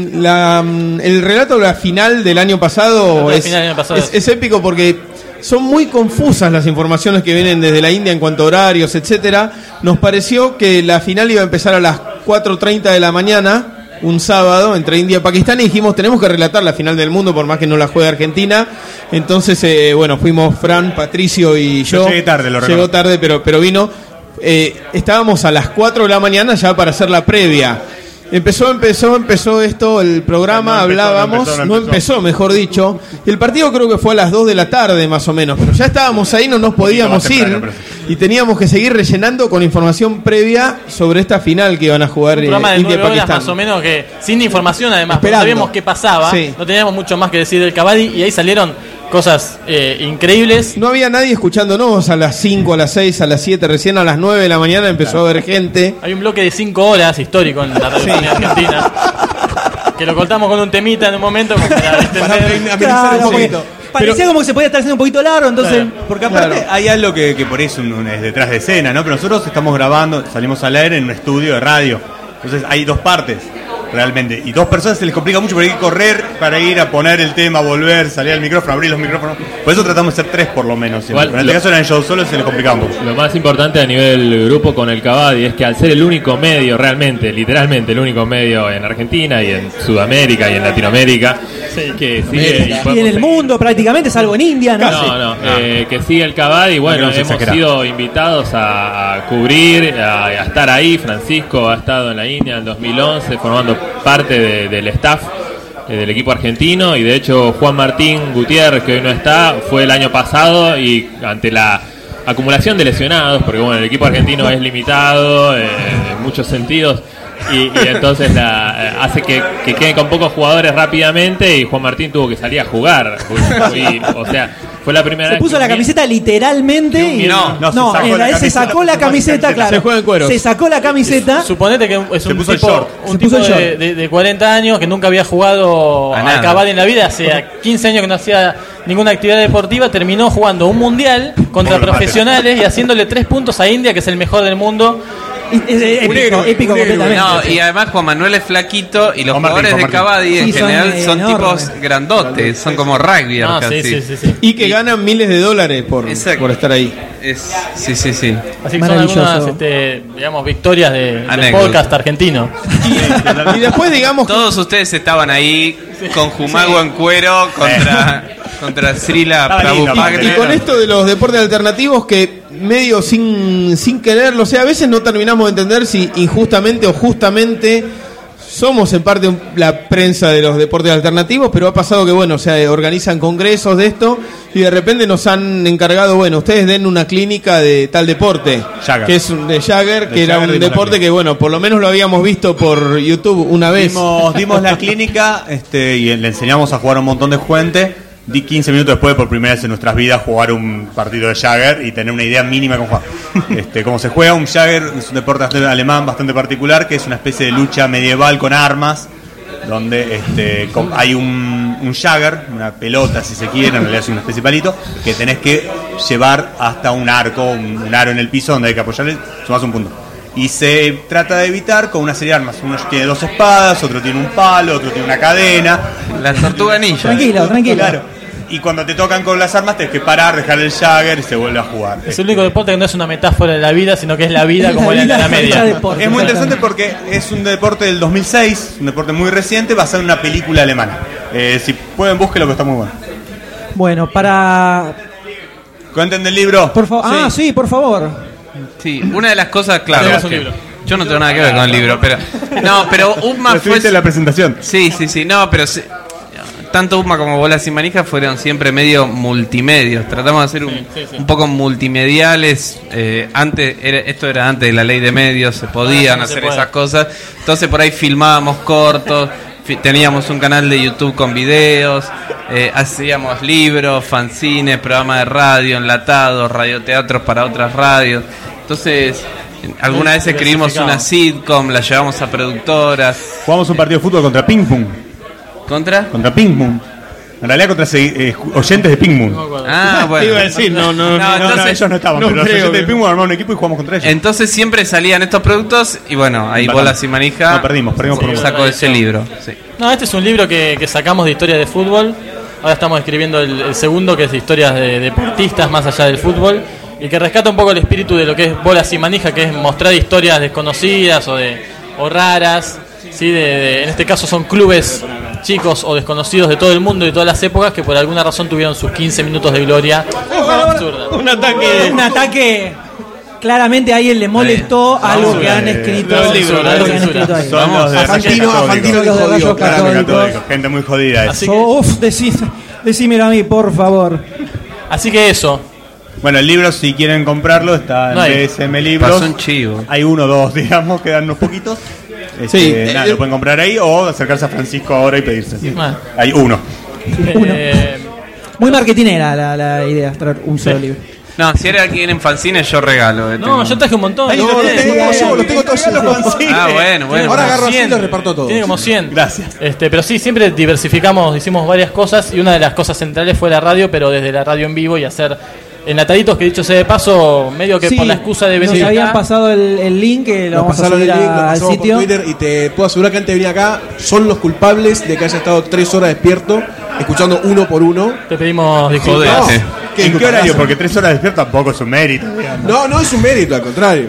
[SPEAKER 6] mm, el relato de la final del año pasado,
[SPEAKER 7] de la
[SPEAKER 6] es,
[SPEAKER 7] final del año pasado.
[SPEAKER 6] es- es épico porque son muy confusas las informaciones que vienen desde la India en cuanto a horarios, etcétera. Nos pareció que la final iba a empezar a las 4.30 de la mañana. Un sábado entre India y Pakistán y dijimos tenemos que relatar la final del mundo por más que no la juegue Argentina. Entonces, eh, bueno, fuimos Fran, Patricio y yo.
[SPEAKER 4] llegué tarde, lo
[SPEAKER 6] Llegó
[SPEAKER 4] reconozco.
[SPEAKER 6] tarde, pero, pero vino. Eh, estábamos a las 4 de la mañana ya para hacer la previa. Empezó, empezó, empezó esto, el programa,
[SPEAKER 4] No empezó,
[SPEAKER 6] hablábamos,
[SPEAKER 4] no empezó,
[SPEAKER 6] no empezó,
[SPEAKER 4] no empezó.
[SPEAKER 6] mejor dicho. Y el partido creo que fue a las 2 de la tarde más o menos, pero ya estábamos ahí, no nos podíamos
[SPEAKER 4] más temprano,
[SPEAKER 6] ir
[SPEAKER 4] pero
[SPEAKER 6] y teníamos que seguir rellenando con información previa sobre esta final que iban a jugar
[SPEAKER 7] un
[SPEAKER 6] eh,
[SPEAKER 7] programa de nueve horas
[SPEAKER 6] India-Pakistán.
[SPEAKER 7] más o menos que sin información además porque
[SPEAKER 6] Esperando.
[SPEAKER 7] sabíamos qué pasaba
[SPEAKER 6] Sí.
[SPEAKER 7] no teníamos mucho más que decir del Cavadi y ahí salieron cosas eh, increíbles
[SPEAKER 6] No había nadie escuchándonos a las 5, a las 6, a las 7, recién a las 9 de la mañana empezó a haber gente.
[SPEAKER 7] hay un bloque de cinco horas histórico en la radio
[SPEAKER 6] Sí.
[SPEAKER 7] argentina que lo contamos con un temita en un momento como para
[SPEAKER 1] Para
[SPEAKER 7] entender.
[SPEAKER 1] amenizar
[SPEAKER 2] Claro,
[SPEAKER 1] un
[SPEAKER 2] porque
[SPEAKER 1] poquito.
[SPEAKER 2] parecía como que se podía estar haciendo un poquito largo, entonces.
[SPEAKER 4] Porque aparte hay algo que, que por eso no es detrás de escena, ¿no? Pero nosotros estamos grabando, salimos al aire en un estudio de radio. Entonces hay dos partes, realmente. Y dos personas se les complica mucho, porque hay que correr para ir a poner el tema, volver, salir al micrófono, abrir los micrófonos. Por eso tratamos de ser tres por lo menos. siempre.
[SPEAKER 5] Igual,
[SPEAKER 4] Pero en este
[SPEAKER 5] lo-
[SPEAKER 4] caso eran yo solo, se les complicaba un poco.
[SPEAKER 5] Lo más importante a nivel grupo con el Cavadi es que al ser el único medio, realmente, literalmente el único medio en Argentina y en Sudamérica y en Latinoamérica, que sigue y
[SPEAKER 2] Y en
[SPEAKER 5] podemos
[SPEAKER 2] el mundo Ah. prácticamente, salvo en India, ¿no?
[SPEAKER 5] No, no, eh, que sigue el Cavadi. Bueno,
[SPEAKER 4] No
[SPEAKER 5] hemos
[SPEAKER 4] queremos exagerar.
[SPEAKER 5] sido invitados a, a cubrir, a, a estar ahí. Francisco ha estado en la India en 2011, formando parte de- del staff eh, del equipo argentino. Y de hecho, Juan Martín Gutiérrez, que hoy no está, fue el año pasado y ante la acumulación de lesionados, porque bueno, el equipo argentino es limitado eh, en muchos sentidos. Y, y entonces la, eh, hace que, que queden con pocos jugadores rápidamente y Juan Martín tuvo que salir a jugar. Y, o sea, fue la primera
[SPEAKER 2] Se
[SPEAKER 5] vez
[SPEAKER 2] puso
[SPEAKER 5] que
[SPEAKER 2] la
[SPEAKER 5] un-
[SPEAKER 2] camiseta literalmente y
[SPEAKER 3] No,
[SPEAKER 4] no, se sacó
[SPEAKER 2] en
[SPEAKER 4] la
[SPEAKER 2] él se
[SPEAKER 4] camiseta,
[SPEAKER 2] sacó la
[SPEAKER 4] se puso la
[SPEAKER 2] camiseta,
[SPEAKER 4] camiseta.
[SPEAKER 2] claro.
[SPEAKER 6] Se juega en cueros.
[SPEAKER 2] Se sacó la camiseta.
[SPEAKER 7] Suponete que es
[SPEAKER 4] Se
[SPEAKER 7] un
[SPEAKER 4] puso el
[SPEAKER 7] tipo,
[SPEAKER 4] short.
[SPEAKER 7] un
[SPEAKER 2] Se
[SPEAKER 7] tipo
[SPEAKER 2] puso el
[SPEAKER 7] de,
[SPEAKER 2] short.
[SPEAKER 7] de- de 40 años que nunca había jugado
[SPEAKER 3] A
[SPEAKER 7] al
[SPEAKER 3] nada.
[SPEAKER 7] cabal en la vida, hace 15 años que no hacía ninguna actividad deportiva, terminó jugando un mundial contra
[SPEAKER 4] Por los
[SPEAKER 7] profesionales y haciéndole tres puntos a India, que es el mejor del mundo.
[SPEAKER 2] Y- es- es épico,
[SPEAKER 1] héroe,
[SPEAKER 2] épico
[SPEAKER 1] un héroe.
[SPEAKER 2] completamente.
[SPEAKER 3] No, y además Juan Manuel es flaquito y los
[SPEAKER 4] Juan Martín,
[SPEAKER 3] jugadores
[SPEAKER 4] Juan
[SPEAKER 3] de Cavadi en
[SPEAKER 2] Sí, son
[SPEAKER 3] general son,
[SPEAKER 2] enormes.
[SPEAKER 3] tipos grandotes, son como rugby.
[SPEAKER 7] Ah, sí, sí, sí, sí.
[SPEAKER 6] Y que ganan miles de dólares por,
[SPEAKER 3] Exacto.
[SPEAKER 6] por estar ahí.
[SPEAKER 3] Es, sí, sí, sí.
[SPEAKER 7] Así que son
[SPEAKER 2] Maravilloso.
[SPEAKER 7] algunas este, digamos, victorias de, del
[SPEAKER 3] Anécdota.
[SPEAKER 7] podcast argentino.
[SPEAKER 6] Y después digamos que
[SPEAKER 3] Todos ustedes estaban ahí con Jumago en cuero contra, contra Srila
[SPEAKER 4] Estaba lindo,
[SPEAKER 3] Prabhupada.
[SPEAKER 4] aparte,
[SPEAKER 6] Y con esto de los deportes alternativos que medio sin, sin quererlo, o sea, a veces no terminamos de entender si injustamente o justamente somos en parte un- la prensa de los deportes alternativos, pero ha pasado que, bueno, o sea, eh, organizan congresos de esto y de repente nos han encargado, bueno, ustedes den una clínica de tal deporte,
[SPEAKER 4] Jagger.
[SPEAKER 6] que es un- de Jagger,
[SPEAKER 4] De
[SPEAKER 6] que era
[SPEAKER 4] Jagger
[SPEAKER 6] un
[SPEAKER 4] dimos la
[SPEAKER 6] deporte
[SPEAKER 4] clínica.
[SPEAKER 6] que, bueno, por lo menos lo habíamos visto por YouTube una vez.
[SPEAKER 4] Dimos, dimos la clínica este, y le enseñamos a jugar a un montón de gente. di 15 minutos después por primera vez en nuestras vidas jugar un partido de Jagger y tener una idea mínima con Juan. Este, cómo se juega un Jagger, es un deporte alemán bastante particular, que es una especie de lucha medieval con armas, donde este, com- hay un, un Jagger, una pelota si se quiere, en realidad es un especie de palito, que tenés que llevar hasta un arco, un, un aro en el piso donde hay que apoyarle, sumás un punto. Y se trata de evitar con una serie de armas. Uno tiene dos espadas, otro tiene un palo, otro tiene una cadena,
[SPEAKER 3] La tortuga ninja.
[SPEAKER 2] Tranquilo, tranquilo.
[SPEAKER 4] Claro. Y cuando te tocan con las armas, tenés que parar, dejar el Jagger y se vuelve a jugar.
[SPEAKER 7] Es el único deporte que no es una metáfora de la vida, sino que es la vida
[SPEAKER 2] Es
[SPEAKER 7] como
[SPEAKER 2] la
[SPEAKER 7] la, la
[SPEAKER 2] vida
[SPEAKER 7] media.
[SPEAKER 2] contra deporte.
[SPEAKER 4] Es muy interesante porque es un deporte del 2006, un deporte muy reciente, basado en una película alemana. Eh, si pueden, búsquenlo que está muy bueno.
[SPEAKER 2] Bueno, para.
[SPEAKER 4] Cuenten del libro.
[SPEAKER 2] Por favor. Ah, sí, por favor.
[SPEAKER 3] Sí, una de las cosas, claro.
[SPEAKER 7] Tenemos un
[SPEAKER 3] que-
[SPEAKER 7] libro.
[SPEAKER 3] Yo no tengo nada que ver con el libro, pero. No, pero Upma
[SPEAKER 4] Lo
[SPEAKER 3] fue.
[SPEAKER 4] tuviste en la presentación.
[SPEAKER 3] Sí, sí, sí. No, pero se- tanto Usma como Bola Sin Manija fueron siempre medio multimedios. Tratamos de hacer un, un poco multimediales. eh, antes era- Esto era antes de la ley de medios, se podían
[SPEAKER 7] no se
[SPEAKER 3] hacer
[SPEAKER 7] puede.
[SPEAKER 3] esas cosas. Entonces por ahí filmábamos cortos, fi- teníamos un canal de YouTube con videos, eh, hacíamos libros, fanzines, programas de radio, enlatados, radioteatros para otras radios. Entonces... Alguna vez escribimos una sitcom, la llevamos a productoras.
[SPEAKER 4] Jugamos un partido de fútbol contra Ping Pong.
[SPEAKER 3] ¿Contra?
[SPEAKER 4] Contra Ping Pong. En realidad, contra se- eh, oyentes de Ping Pong.
[SPEAKER 3] Ah, bueno.
[SPEAKER 6] Te iba a decir, no, no,
[SPEAKER 3] No,
[SPEAKER 4] No, no,
[SPEAKER 3] entonces-
[SPEAKER 4] ellos no estaban,
[SPEAKER 6] no
[SPEAKER 4] pero los
[SPEAKER 6] creo
[SPEAKER 4] oyentes de
[SPEAKER 6] que-
[SPEAKER 4] Ping Pong armaron un equipo y jugamos contra ellos.
[SPEAKER 3] Entonces siempre salían estos productos y bueno, ahí
[SPEAKER 4] Empatamos.
[SPEAKER 3] bolas y manija.
[SPEAKER 4] No, perdimos, perdimos por un
[SPEAKER 3] Sacó ese libro. sí.
[SPEAKER 7] No, este es un libro que, que sacamos de historia de fútbol. Ahora estamos escribiendo el, el segundo, que es de historias de deportistas más allá del fútbol. Y que rescata un poco el espíritu de lo que es bolas y manija, que es mostrar historias desconocidas o, de, o raras. ¿sí? De, de- en este caso son clubes chicos o desconocidos de todo el mundo y todas las épocas que por alguna razón tuvieron sus 15 minutos de gloria. Absurda.
[SPEAKER 6] Un ataque.
[SPEAKER 2] Un ataque. Claramente a alguien le molestó algo que
[SPEAKER 4] Eh,
[SPEAKER 2] han escrito.
[SPEAKER 7] Los libros,
[SPEAKER 2] algo que han
[SPEAKER 7] los
[SPEAKER 2] escrito ahí.
[SPEAKER 4] Son los de
[SPEAKER 2] A
[SPEAKER 4] Rayos
[SPEAKER 2] Fantino, a
[SPEAKER 4] Católicos.
[SPEAKER 2] Fantino los de
[SPEAKER 4] Católicos,
[SPEAKER 2] Rayos
[SPEAKER 4] claro,
[SPEAKER 2] Católicos.
[SPEAKER 4] católicos, Gente muy jodida. esa.
[SPEAKER 7] Así que-
[SPEAKER 2] Oh, uf, decí- decímelo a mí, por favor.
[SPEAKER 7] Así que eso.
[SPEAKER 4] Bueno, el libro, si quieren comprarlo, está en
[SPEAKER 7] No hay.
[SPEAKER 4] DSM Libros.
[SPEAKER 3] Pasó un chivo.
[SPEAKER 4] Hay uno o dos, digamos, quedan unos poquitos. Este,
[SPEAKER 6] Sí.
[SPEAKER 4] nada,
[SPEAKER 6] Eh,
[SPEAKER 4] lo pueden comprar ahí o acercarse a Francisco ahora y pedirse.
[SPEAKER 7] Bueno.
[SPEAKER 4] Hay uno.
[SPEAKER 7] Eh,
[SPEAKER 2] Muy marketinera la, la idea de traer un solo libro.
[SPEAKER 3] No, si era alguien en fanzine, yo regalo. eh,
[SPEAKER 7] no,
[SPEAKER 3] tengo-
[SPEAKER 7] yo traje un montón.
[SPEAKER 6] Ahí lo
[SPEAKER 7] No,
[SPEAKER 6] tenés.
[SPEAKER 7] tiene-
[SPEAKER 1] Los tengo yo, los tengo todos yo.
[SPEAKER 3] Ah, bueno, bueno.
[SPEAKER 1] Ahora agarro así y
[SPEAKER 7] Cien.
[SPEAKER 1] los reparto a todos.
[SPEAKER 7] Tiene como 100.
[SPEAKER 4] Gracias.
[SPEAKER 7] Este, pero sí, siempre diversificamos, hicimos varias cosas y una de las cosas centrales fue la radio, pero desde la radio en vivo y hacer enlataditos que dicho sea de paso, medio que
[SPEAKER 2] Sí,
[SPEAKER 7] por la excusa de venir
[SPEAKER 2] Nos habían
[SPEAKER 7] acá,
[SPEAKER 2] pasado el, el link, que lo
[SPEAKER 1] Nos
[SPEAKER 2] vamos a
[SPEAKER 1] pasaron el
[SPEAKER 2] subir
[SPEAKER 1] link, lo
[SPEAKER 2] a- al
[SPEAKER 1] pasamos por
[SPEAKER 2] sitio.
[SPEAKER 1] Twitter y te puedo asegurar que antes de venir acá son los culpables de que haya estado tres horas despierto escuchando uno por uno.
[SPEAKER 7] te pedimos
[SPEAKER 3] Joder,
[SPEAKER 7] disculpas.
[SPEAKER 3] sí.
[SPEAKER 4] ¿Qué- ¿En qué horario? Porque tres horas despierto tampoco es un mérito. digamos.
[SPEAKER 1] No, no es un mérito, al contrario.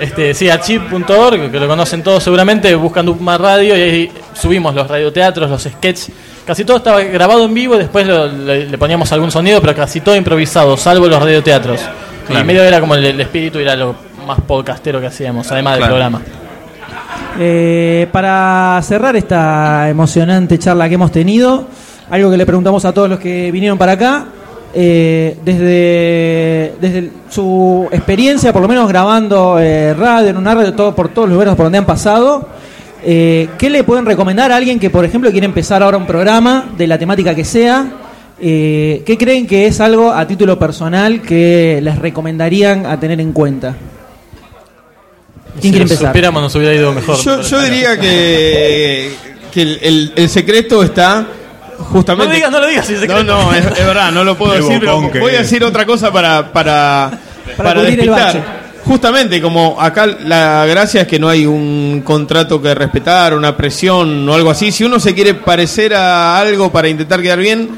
[SPEAKER 7] Este, sí, a chip.org, que lo conocen todos seguramente, buscan Upma Radio y ahí subimos los radioteatros, los sketches. Casi todo estaba grabado en vivo, después lo- le, le poníamos algún sonido, pero casi todo improvisado, salvo los radioteatros. Y medio era como el, el espíritu, era lo más podcastero que hacíamos, además
[SPEAKER 3] Claro.
[SPEAKER 7] del programa.
[SPEAKER 2] Eh, para cerrar esta emocionante charla que hemos tenido, algo que le preguntamos a todos los que vinieron para acá, eh, desde, desde su experiencia, por lo menos grabando eh, radio, en una radio, todo, por todos los lugares por donde han pasado, eh, ¿qué le pueden recomendar a alguien que, por ejemplo, quiere empezar ahora un programa de la temática que sea? Eh, ¿Qué creen que es algo a título personal que les recomendarían a tener en cuenta?
[SPEAKER 7] Si
[SPEAKER 2] ¿Quién quiere
[SPEAKER 7] lo
[SPEAKER 2] empezar?
[SPEAKER 7] supiéramos nos hubiera ido mejor.
[SPEAKER 6] Yo, yo diría que, que el, el- el secreto está
[SPEAKER 7] No
[SPEAKER 6] justamente.
[SPEAKER 7] lo digas, no lo digas. si se
[SPEAKER 6] No,
[SPEAKER 7] cree.
[SPEAKER 6] no, es, es verdad, no lo puedo
[SPEAKER 4] Qué
[SPEAKER 6] decir, pero
[SPEAKER 4] bocón que
[SPEAKER 6] voy a
[SPEAKER 4] es.
[SPEAKER 6] decir otra cosa para para,
[SPEAKER 2] Para
[SPEAKER 6] para
[SPEAKER 2] cubrir el
[SPEAKER 6] despistar.
[SPEAKER 2] bache.
[SPEAKER 6] Justamente, como acá la gracia es que no hay un contrato que respetar, una presión o algo así, si uno se quiere parecer a algo para intentar quedar bien,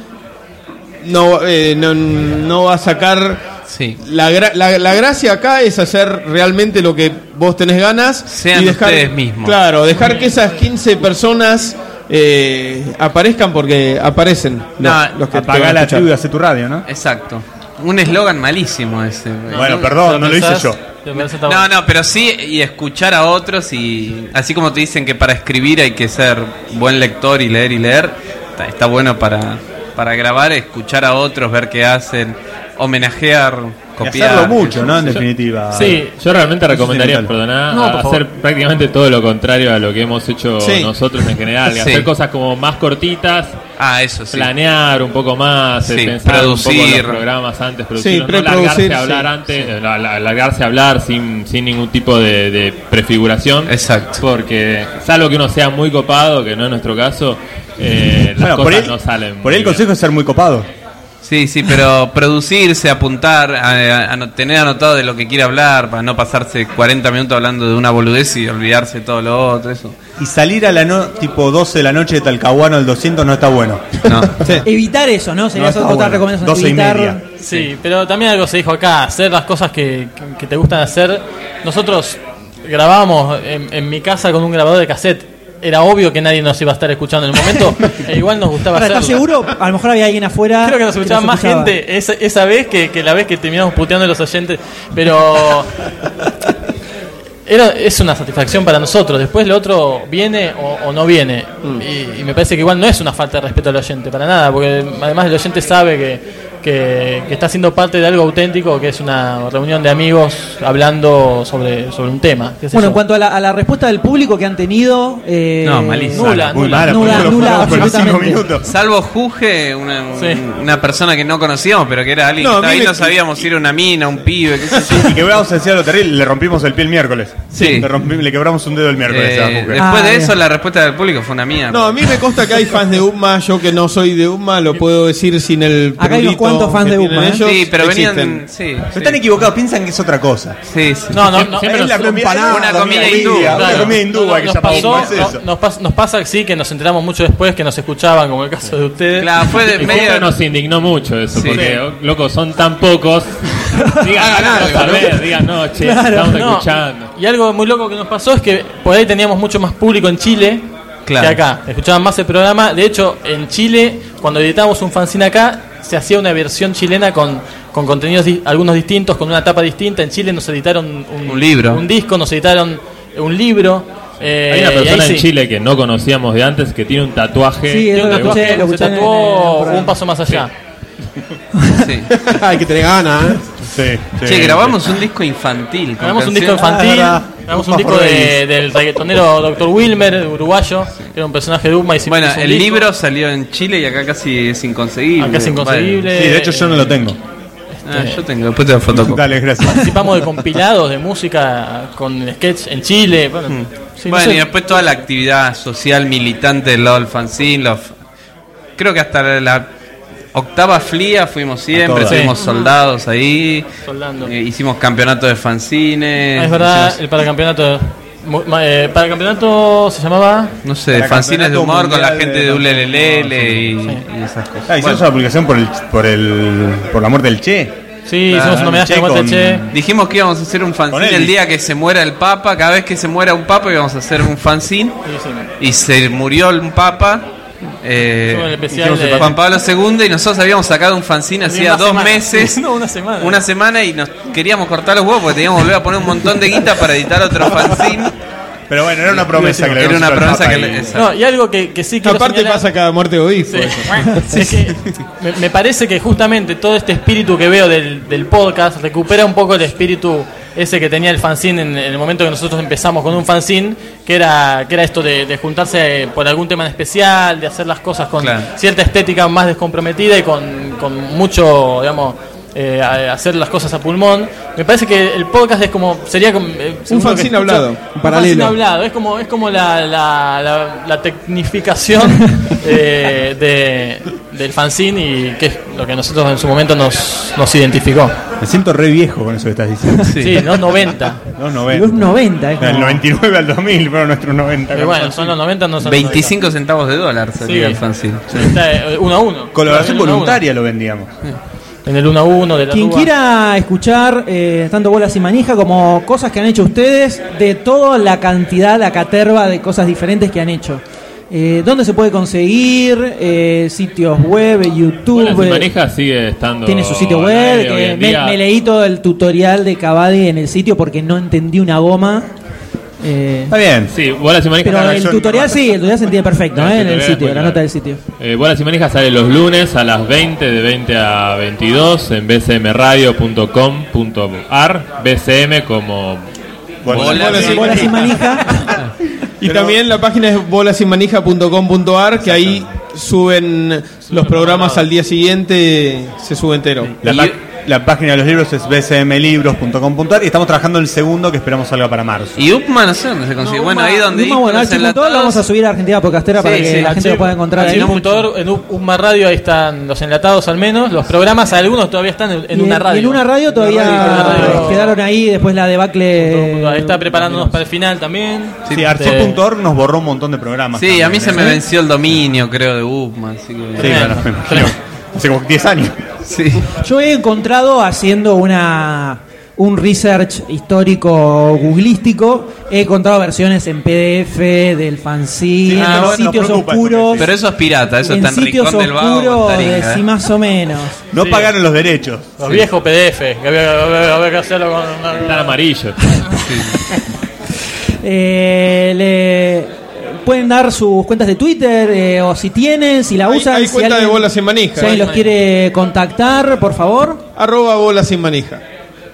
[SPEAKER 6] no, eh, no, no va a sacar...
[SPEAKER 3] Sí.
[SPEAKER 6] La, gra- la, la gracia acá es hacer realmente lo que vos tenés ganas.
[SPEAKER 3] Sean ustedes mismos.
[SPEAKER 6] Claro, dejar que esas 15 personas eh, aparezcan porque aparecen.
[SPEAKER 3] No,
[SPEAKER 6] los, los que te van a
[SPEAKER 4] Apagá la
[SPEAKER 6] escuchar.
[SPEAKER 4] tribu y hace tu radio, ¿no?
[SPEAKER 3] Exacto. Un eslogan malísimo ese. eh.
[SPEAKER 4] Bueno, perdón, no lo hice
[SPEAKER 7] pensás,
[SPEAKER 4] yo.
[SPEAKER 7] te pensás, está
[SPEAKER 3] No,
[SPEAKER 7] bueno.
[SPEAKER 3] no, pero sí, y escuchar a otros y así como te dicen que para escribir hay que ser buen lector y leer y leer, está, está bueno para, para grabar, escuchar a otros, ver qué hacen, homenajear
[SPEAKER 4] Y
[SPEAKER 3] copiar.
[SPEAKER 4] hacerlo mucho, ¿no? En
[SPEAKER 5] Yo-
[SPEAKER 4] definitiva.
[SPEAKER 5] Ah, Sí, yo realmente recomendaría,
[SPEAKER 4] fundamental.
[SPEAKER 5] perdoná,
[SPEAKER 7] No,
[SPEAKER 5] a
[SPEAKER 7] por favor.
[SPEAKER 5] hacer prácticamente todo lo contrario a lo que hemos hecho
[SPEAKER 6] Sí.
[SPEAKER 5] nosotros en general.
[SPEAKER 3] Sí.
[SPEAKER 5] Hacer cosas como más cortitas,
[SPEAKER 3] Ah, eso sí.
[SPEAKER 5] planear un poco más, eh,
[SPEAKER 3] Sí,
[SPEAKER 5] pensar un poco
[SPEAKER 3] producir.
[SPEAKER 5] los programas antes,
[SPEAKER 6] Sí,
[SPEAKER 5] producir, no
[SPEAKER 6] preproducir,
[SPEAKER 5] largarse a hablar
[SPEAKER 6] sí,
[SPEAKER 5] antes, eh, la- la- largarse a hablar sin, sin ningún tipo de, de prefiguración.
[SPEAKER 3] Exacto.
[SPEAKER 5] Porque, salvo que uno sea muy copado, que no es nuestro caso, eh, las
[SPEAKER 4] Bueno,
[SPEAKER 5] cosas
[SPEAKER 4] por ahí,
[SPEAKER 5] no salen.
[SPEAKER 4] por ahí el
[SPEAKER 5] muy bien.
[SPEAKER 4] consejo es ser muy copado.
[SPEAKER 3] Sí, sí, pero producirse, apuntar, a, a- a no- tener anotado de lo que quiere hablar, para no pasarse 40 minutos hablando de una boludez y olvidarse todo lo otro, eso.
[SPEAKER 4] Y salir a la no, tipo 12 de la noche de Talcahuano al 200 no está bueno.
[SPEAKER 3] No.
[SPEAKER 2] Evitar eso, ¿no? Sería
[SPEAKER 4] No,
[SPEAKER 2] otra
[SPEAKER 4] está bueno.
[SPEAKER 2] recomendación.
[SPEAKER 4] 12 y
[SPEAKER 2] evitar-
[SPEAKER 4] media.
[SPEAKER 7] Sí, pero también algo se dijo acá, hacer las cosas que, que te gustan hacer. Nosotros grabábamos en, en mi casa con un grabador de cassette. Era obvio que nadie nos iba a estar escuchando en el momento, e igual nos gustaba
[SPEAKER 2] Ahora,
[SPEAKER 7] hacerlo.
[SPEAKER 2] ¿Estás seguro? A lo mejor había alguien afuera.
[SPEAKER 7] Creo que nos escuchaba más
[SPEAKER 2] escuchaba.
[SPEAKER 7] gente esa, esa vez que, que la vez que terminamos puteando a los oyentes, pero era, es una satisfacción para nosotros. Después lo otro viene o, o no viene. Y, y me parece que igual no es una falta de respeto al oyente, para nada, porque además el oyente sabe que, que- que está siendo parte de algo auténtico, que es una reunión de amigos hablando sobre, sobre un tema. qué sé
[SPEAKER 2] Bueno,
[SPEAKER 7] yo.
[SPEAKER 2] en cuanto a la, a la respuesta del público que han tenido. eh,
[SPEAKER 3] No, malísima.
[SPEAKER 7] Nula,
[SPEAKER 4] Muy
[SPEAKER 7] nula.
[SPEAKER 4] mala,
[SPEAKER 2] nula,
[SPEAKER 4] porque
[SPEAKER 2] nula,
[SPEAKER 4] fueron por cinco
[SPEAKER 2] absolutamente.
[SPEAKER 4] minutos.
[SPEAKER 3] Salvo Juge, una, un-
[SPEAKER 7] Sí.
[SPEAKER 3] una persona que no conocíamos, pero que era alguien
[SPEAKER 4] No,
[SPEAKER 3] que
[SPEAKER 4] a
[SPEAKER 3] estaba ahí,
[SPEAKER 4] mí me-
[SPEAKER 3] no sabíamos si era una mina, un pibe, qué sé yo.
[SPEAKER 4] Y que vamos a decir algo terrible, le rompimos el pie el miércoles.
[SPEAKER 3] Sí.
[SPEAKER 4] Le, rompimos- le quebramos un dedo el miércoles
[SPEAKER 3] Eh,
[SPEAKER 4] a la mujer.
[SPEAKER 3] después
[SPEAKER 2] Ah,
[SPEAKER 3] de eso,
[SPEAKER 2] bien.
[SPEAKER 3] la respuesta del público fue una mía.
[SPEAKER 6] No, a mí me consta que hay fans de UMA, yo que no soy de UMA, lo puedo decir sin el
[SPEAKER 2] Acá hay unos
[SPEAKER 6] prurito
[SPEAKER 2] cuantos fans
[SPEAKER 6] que
[SPEAKER 2] de
[SPEAKER 6] tienen
[SPEAKER 2] UMA, ¿eh?
[SPEAKER 6] ellos,
[SPEAKER 3] pues. sí, pero venían.
[SPEAKER 6] existen.
[SPEAKER 3] Sí,
[SPEAKER 4] Pero
[SPEAKER 3] sí,
[SPEAKER 4] están equivocados, piensan que es otra cosa.
[SPEAKER 3] sí, sí.
[SPEAKER 7] No, no, no,
[SPEAKER 5] Siempre
[SPEAKER 7] es-
[SPEAKER 5] nos-
[SPEAKER 4] comida
[SPEAKER 3] empanada, una comida hindú,
[SPEAKER 4] Una
[SPEAKER 7] Claro.
[SPEAKER 4] comida hindú,
[SPEAKER 7] No, no,
[SPEAKER 4] hay que
[SPEAKER 7] nos,
[SPEAKER 4] llamar
[SPEAKER 7] pasó,
[SPEAKER 4] ¿cómo es eso?
[SPEAKER 7] no- nos pas- nos pasa que sí, que nos enteramos mucho después que nos escuchaban, como el caso de ustedes.
[SPEAKER 3] Claro, fue de
[SPEAKER 5] Y
[SPEAKER 3] medio.
[SPEAKER 5] justo nos indignó mucho eso,
[SPEAKER 3] Sí.
[SPEAKER 5] porque, oh, loco, son tan pocos. Digan, no, saber, digan, no, che, estamos
[SPEAKER 7] No,
[SPEAKER 5] escuchando.
[SPEAKER 7] Y algo muy loco que nos pasó es que por ahí teníamos mucho más público en Chile
[SPEAKER 3] Claro.
[SPEAKER 7] que acá. Escuchaban más el programa. De hecho, en Chile, cuando editábamos un fanzine acá, se hacía una versión chilena con, con contenidos di- algunos distintos, con una tapa distinta. En Chile nos editaron un,
[SPEAKER 3] Un libro.
[SPEAKER 7] un disco, nos editaron un libro. eh,
[SPEAKER 5] Hay una
[SPEAKER 7] y ahí
[SPEAKER 5] persona en
[SPEAKER 7] sí.
[SPEAKER 5] Chile que no conocíamos de antes que tiene un tatuaje.
[SPEAKER 2] Sí,
[SPEAKER 7] Tiene
[SPEAKER 2] eso
[SPEAKER 7] un
[SPEAKER 2] lo
[SPEAKER 7] tatuaje,
[SPEAKER 2] escuché, lo
[SPEAKER 7] se
[SPEAKER 2] escuché en el- en el
[SPEAKER 7] tatuó
[SPEAKER 2] programa.
[SPEAKER 7] un paso más allá.
[SPEAKER 3] sí.
[SPEAKER 1] Hay que tener ganas, ¿eh?
[SPEAKER 4] Sí, sí.
[SPEAKER 3] Che, grabamos un disco infantil. con
[SPEAKER 7] Grabamos un disco
[SPEAKER 3] canciones-
[SPEAKER 7] infantil,
[SPEAKER 4] Ah, verdad.
[SPEAKER 7] grabamos un
[SPEAKER 4] Más
[SPEAKER 7] disco de-
[SPEAKER 4] Rodríguez.
[SPEAKER 7] del reggaetonero Dr. Wilmer, uruguayo, que era un personaje de Uma y se
[SPEAKER 3] Bueno,
[SPEAKER 7] hizo un
[SPEAKER 3] el
[SPEAKER 7] disco.
[SPEAKER 3] libro salió en Chile y acá casi es inconseguible.
[SPEAKER 7] Acá es inconseguible.
[SPEAKER 4] Sí, de hecho yo no lo tengo.
[SPEAKER 3] Vale. Ah, yo tengo, después te lo fotocopio.
[SPEAKER 4] Dale,
[SPEAKER 3] Ah,
[SPEAKER 4] gracias.
[SPEAKER 7] Participamos de compilados de música con sketch en Chile. Bueno, sí, no
[SPEAKER 3] Hmm. bueno,
[SPEAKER 7] sé.
[SPEAKER 3] y después toda la actividad social militante del lado del fanzine. los- Creo que hasta la octava flia fuimos siempre,
[SPEAKER 4] todas.
[SPEAKER 3] fuimos soldados ahí.
[SPEAKER 7] Soldando.
[SPEAKER 3] eh, hicimos campeonato de fanzines.
[SPEAKER 7] Ah, es verdad,
[SPEAKER 3] hicimos-
[SPEAKER 7] el paracampeonato. mu- ma- eh, paracampeonato se llamaba.
[SPEAKER 3] no sé,
[SPEAKER 4] Para
[SPEAKER 3] fanzines de
[SPEAKER 4] campeonato
[SPEAKER 3] humor con la
[SPEAKER 4] mundial
[SPEAKER 3] gente
[SPEAKER 4] de-
[SPEAKER 3] de ULLL y,
[SPEAKER 7] Sí.
[SPEAKER 3] y esas cosas.
[SPEAKER 4] Ah, hicimos
[SPEAKER 3] Bueno,
[SPEAKER 4] una publicación por el, por el por la muerte del Che.
[SPEAKER 7] Sí,
[SPEAKER 4] Ah,
[SPEAKER 7] hicimos un homenaje a
[SPEAKER 4] Che
[SPEAKER 7] Walter
[SPEAKER 4] con-
[SPEAKER 7] Che.
[SPEAKER 3] dijimos que íbamos a hacer un fanzine
[SPEAKER 4] Elvis.
[SPEAKER 3] el día que se muera el Papa. Cada vez que se muera un Papa íbamos a hacer un fanzine.
[SPEAKER 7] Sí, sí.
[SPEAKER 3] y se murió un papa. eh,
[SPEAKER 7] Hicimos el especial
[SPEAKER 3] hicimos el
[SPEAKER 7] de-
[SPEAKER 3] Juan Pablo II y nosotros habíamos sacado un fanzine hacía
[SPEAKER 7] Una
[SPEAKER 3] dos
[SPEAKER 7] semana.
[SPEAKER 3] meses,
[SPEAKER 7] No, una semana.
[SPEAKER 3] una semana y nos queríamos cortar los huevos porque teníamos que volver a poner un montón de guita para editar otro fanzine.
[SPEAKER 4] Pero bueno, era una promesa que le
[SPEAKER 3] Era
[SPEAKER 4] habíamos
[SPEAKER 3] una
[SPEAKER 4] hecho al
[SPEAKER 3] promesa
[SPEAKER 4] Papa
[SPEAKER 3] que
[SPEAKER 4] y-
[SPEAKER 3] le-
[SPEAKER 7] No, y algo que, que sí que
[SPEAKER 6] Aparte pasa cada muerte de obispo. eso.
[SPEAKER 7] Es que me, me parece que justamente todo este espíritu que veo del, del podcast recupera un poco el espíritu ese que tenía el fanzine en, en el momento que nosotros empezamos con un fanzine, que era, que era esto de, de juntarse por algún tema en especial, de hacer las cosas con
[SPEAKER 3] Claro.
[SPEAKER 7] cierta estética más descomprometida y con, con mucho, digamos, eh, a- hacer las cosas a pulmón. Me parece que el podcast es como, sería como... eh, según lo que
[SPEAKER 6] fanzine
[SPEAKER 7] escucho,
[SPEAKER 6] hablado,
[SPEAKER 7] un
[SPEAKER 6] paralelo.
[SPEAKER 7] fanzine hablado, es como, es como la, la, la- la tecnificación eh, de- del fanzine y que es lo que nosotros en su momento nos, nos identificó.
[SPEAKER 4] Me siento re viejo con eso que estás diciendo.
[SPEAKER 7] Sí, los 90.
[SPEAKER 4] Los
[SPEAKER 2] Los
[SPEAKER 4] 90.
[SPEAKER 2] 90, es como-
[SPEAKER 4] Del 99 al 2000 fueron nuestros 90.
[SPEAKER 7] Y bueno, son los 90, no son los
[SPEAKER 3] 25 centavos de dólar salía
[SPEAKER 7] Sí.
[SPEAKER 3] el fanzine.
[SPEAKER 7] 90. Está, eh, uno a uno.
[SPEAKER 4] Colaboración
[SPEAKER 7] En el uno a uno.
[SPEAKER 4] voluntaria lo vendíamos.
[SPEAKER 7] En el 1 a 1 de la
[SPEAKER 2] Quien
[SPEAKER 7] Rúa.
[SPEAKER 2] quiera escuchar eh, tanto bolas y manija como cosas que han hecho ustedes, de toda la cantidad, la caterva de cosas diferentes que han hecho. Eh, ¿Dónde se puede conseguir? Eh, sitios web, YouTube.
[SPEAKER 5] Bueno, si
[SPEAKER 2] eh,
[SPEAKER 5] maneja sigue estando.
[SPEAKER 2] tiene su sitio
[SPEAKER 5] al
[SPEAKER 2] web.
[SPEAKER 5] aire hoy
[SPEAKER 2] que
[SPEAKER 5] en
[SPEAKER 2] me,
[SPEAKER 5] día.
[SPEAKER 2] me leí todo el tutorial de Cavadi en el sitio porque no entendí una goma. Eh,
[SPEAKER 4] Está bien.
[SPEAKER 5] Sí, bolas y manijas.
[SPEAKER 2] pero
[SPEAKER 4] la
[SPEAKER 2] el
[SPEAKER 4] versión
[SPEAKER 2] tutorial
[SPEAKER 4] nueva.
[SPEAKER 2] sí, el tutorial se entiende perfecto,
[SPEAKER 5] pues, No,
[SPEAKER 2] ¿eh?
[SPEAKER 5] el
[SPEAKER 2] En el
[SPEAKER 5] tutorial
[SPEAKER 2] sitio,
[SPEAKER 5] es
[SPEAKER 2] la
[SPEAKER 5] muy
[SPEAKER 2] nota
[SPEAKER 5] claro.
[SPEAKER 2] del sitio.
[SPEAKER 5] Eh, bolas y manijas sale los lunes a las 20, de 20 a 22 en bcmradio.com.ar. BCM como.
[SPEAKER 4] Bolas-
[SPEAKER 3] Bolas-
[SPEAKER 4] bolas y-
[SPEAKER 2] Bolas y manija.
[SPEAKER 6] Y
[SPEAKER 4] Pero-
[SPEAKER 6] también la página es bolasymanija.com.ar, que ahí suben los programas al día siguiente, se sube entero.
[SPEAKER 4] La,
[SPEAKER 3] Y-
[SPEAKER 4] pa- la página de los libros es bcmlibros.com.ar y estamos trabajando en el segundo que esperamos salga para marzo.
[SPEAKER 3] Y Upma, no sé dónde se consigue. bueno, ahí donde
[SPEAKER 2] Luma, bueno,
[SPEAKER 3] Upma se
[SPEAKER 2] H.com, todo lo vamos a subir a Argentina Podcastera para
[SPEAKER 3] Sí,
[SPEAKER 2] que
[SPEAKER 3] sí,
[SPEAKER 2] eh, la gente
[SPEAKER 3] H-
[SPEAKER 2] lo pueda encontrar ahí.
[SPEAKER 3] H-
[SPEAKER 7] H.org, Eh, en U- UMA Radio ahí están los enlatados al menos, los programas, algunos todavía están en, en
[SPEAKER 2] Y
[SPEAKER 7] una radio.
[SPEAKER 2] y en una radio todavía eh,
[SPEAKER 7] radio.
[SPEAKER 2] quedaron ahí después la debacle.
[SPEAKER 7] Ahí está preparándonos para el final también. Este,
[SPEAKER 4] Sí, archive.org nos borró un montón de programas.
[SPEAKER 3] este- Sí, a mí se me
[SPEAKER 4] ven
[SPEAKER 3] venció el dominio, creo, de Upma. Así que...
[SPEAKER 4] Sí, claro, me imagino. Hace como 10 años.
[SPEAKER 3] Sí.
[SPEAKER 2] Yo he encontrado haciendo una un research histórico googlístico, he encontrado versiones en PDF del fanzine,
[SPEAKER 4] Sí,
[SPEAKER 2] en
[SPEAKER 4] ah, bueno,
[SPEAKER 2] sitios
[SPEAKER 4] nos preocupa eso,
[SPEAKER 2] oscuros,
[SPEAKER 3] Pero eso es pirata, eso
[SPEAKER 2] en
[SPEAKER 3] está en
[SPEAKER 2] sitios
[SPEAKER 3] Rincón del Vago,
[SPEAKER 2] oscuros,
[SPEAKER 3] en Taringa,
[SPEAKER 2] de-
[SPEAKER 3] ¿eh?
[SPEAKER 2] sí, más o menos.
[SPEAKER 4] No pagaron los derechos.
[SPEAKER 7] Los viejos PDF, que había, había- había que hacerlo con...
[SPEAKER 5] Están amarillos.
[SPEAKER 2] Eh, le- pueden dar sus cuentas de Twitter eh, o si tienen, si la
[SPEAKER 6] Hay-
[SPEAKER 2] usan.
[SPEAKER 6] hay
[SPEAKER 2] si
[SPEAKER 6] cuenta de
[SPEAKER 2] alguien-
[SPEAKER 6] Bolas en Manija.
[SPEAKER 2] Si alguien los quiere contactar, por favor.
[SPEAKER 6] Arroba bolas sin manija.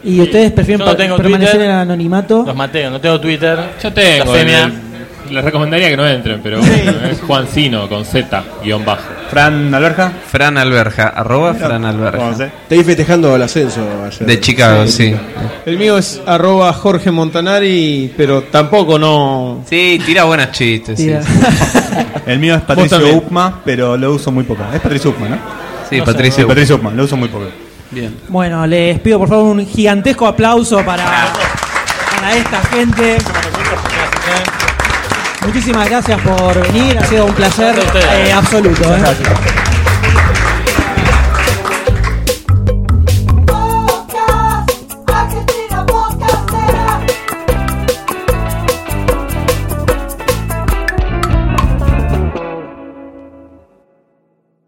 [SPEAKER 2] Y ustedes prefieren
[SPEAKER 7] Yo no
[SPEAKER 2] pa-
[SPEAKER 7] tengo
[SPEAKER 2] permanecer
[SPEAKER 7] Twitter.
[SPEAKER 2] en anonimato.
[SPEAKER 7] Los Mateo, no tengo Twitter.
[SPEAKER 5] Yo tengo.
[SPEAKER 7] La femia.
[SPEAKER 5] el- les recomendaría que no entren, pero bueno, es Juancino con Z guión bajo.
[SPEAKER 4] Fran Alberja.
[SPEAKER 3] Fran Alberja, arroba Fran
[SPEAKER 4] ¿Cómo
[SPEAKER 3] Alberja.
[SPEAKER 4] se?
[SPEAKER 1] Te vi festejando el ascenso ayer.
[SPEAKER 3] De Chicago,
[SPEAKER 1] de
[SPEAKER 3] sí.
[SPEAKER 1] Chicago.
[SPEAKER 6] El mío es arroba Jorge Montanari, pero tampoco no...
[SPEAKER 3] Sí, tira buenos chistes. Sí,
[SPEAKER 2] Tira.
[SPEAKER 4] El mío es Patricio
[SPEAKER 6] también.
[SPEAKER 4] Upma, pero lo uso muy poco. Es Patricio Upma, ¿no?
[SPEAKER 3] Sí,
[SPEAKER 7] No sé,
[SPEAKER 4] Sí,
[SPEAKER 3] Patricio.
[SPEAKER 4] Patricio Upma, lo uso muy poco.
[SPEAKER 3] Bien.
[SPEAKER 2] Bueno, les pido por favor un gigantesco aplauso para, para esta gente. Muchísimas gracias por venir, ha sido un placer
[SPEAKER 7] Gracias a ustedes.
[SPEAKER 2] eh, absoluto. ¿eh?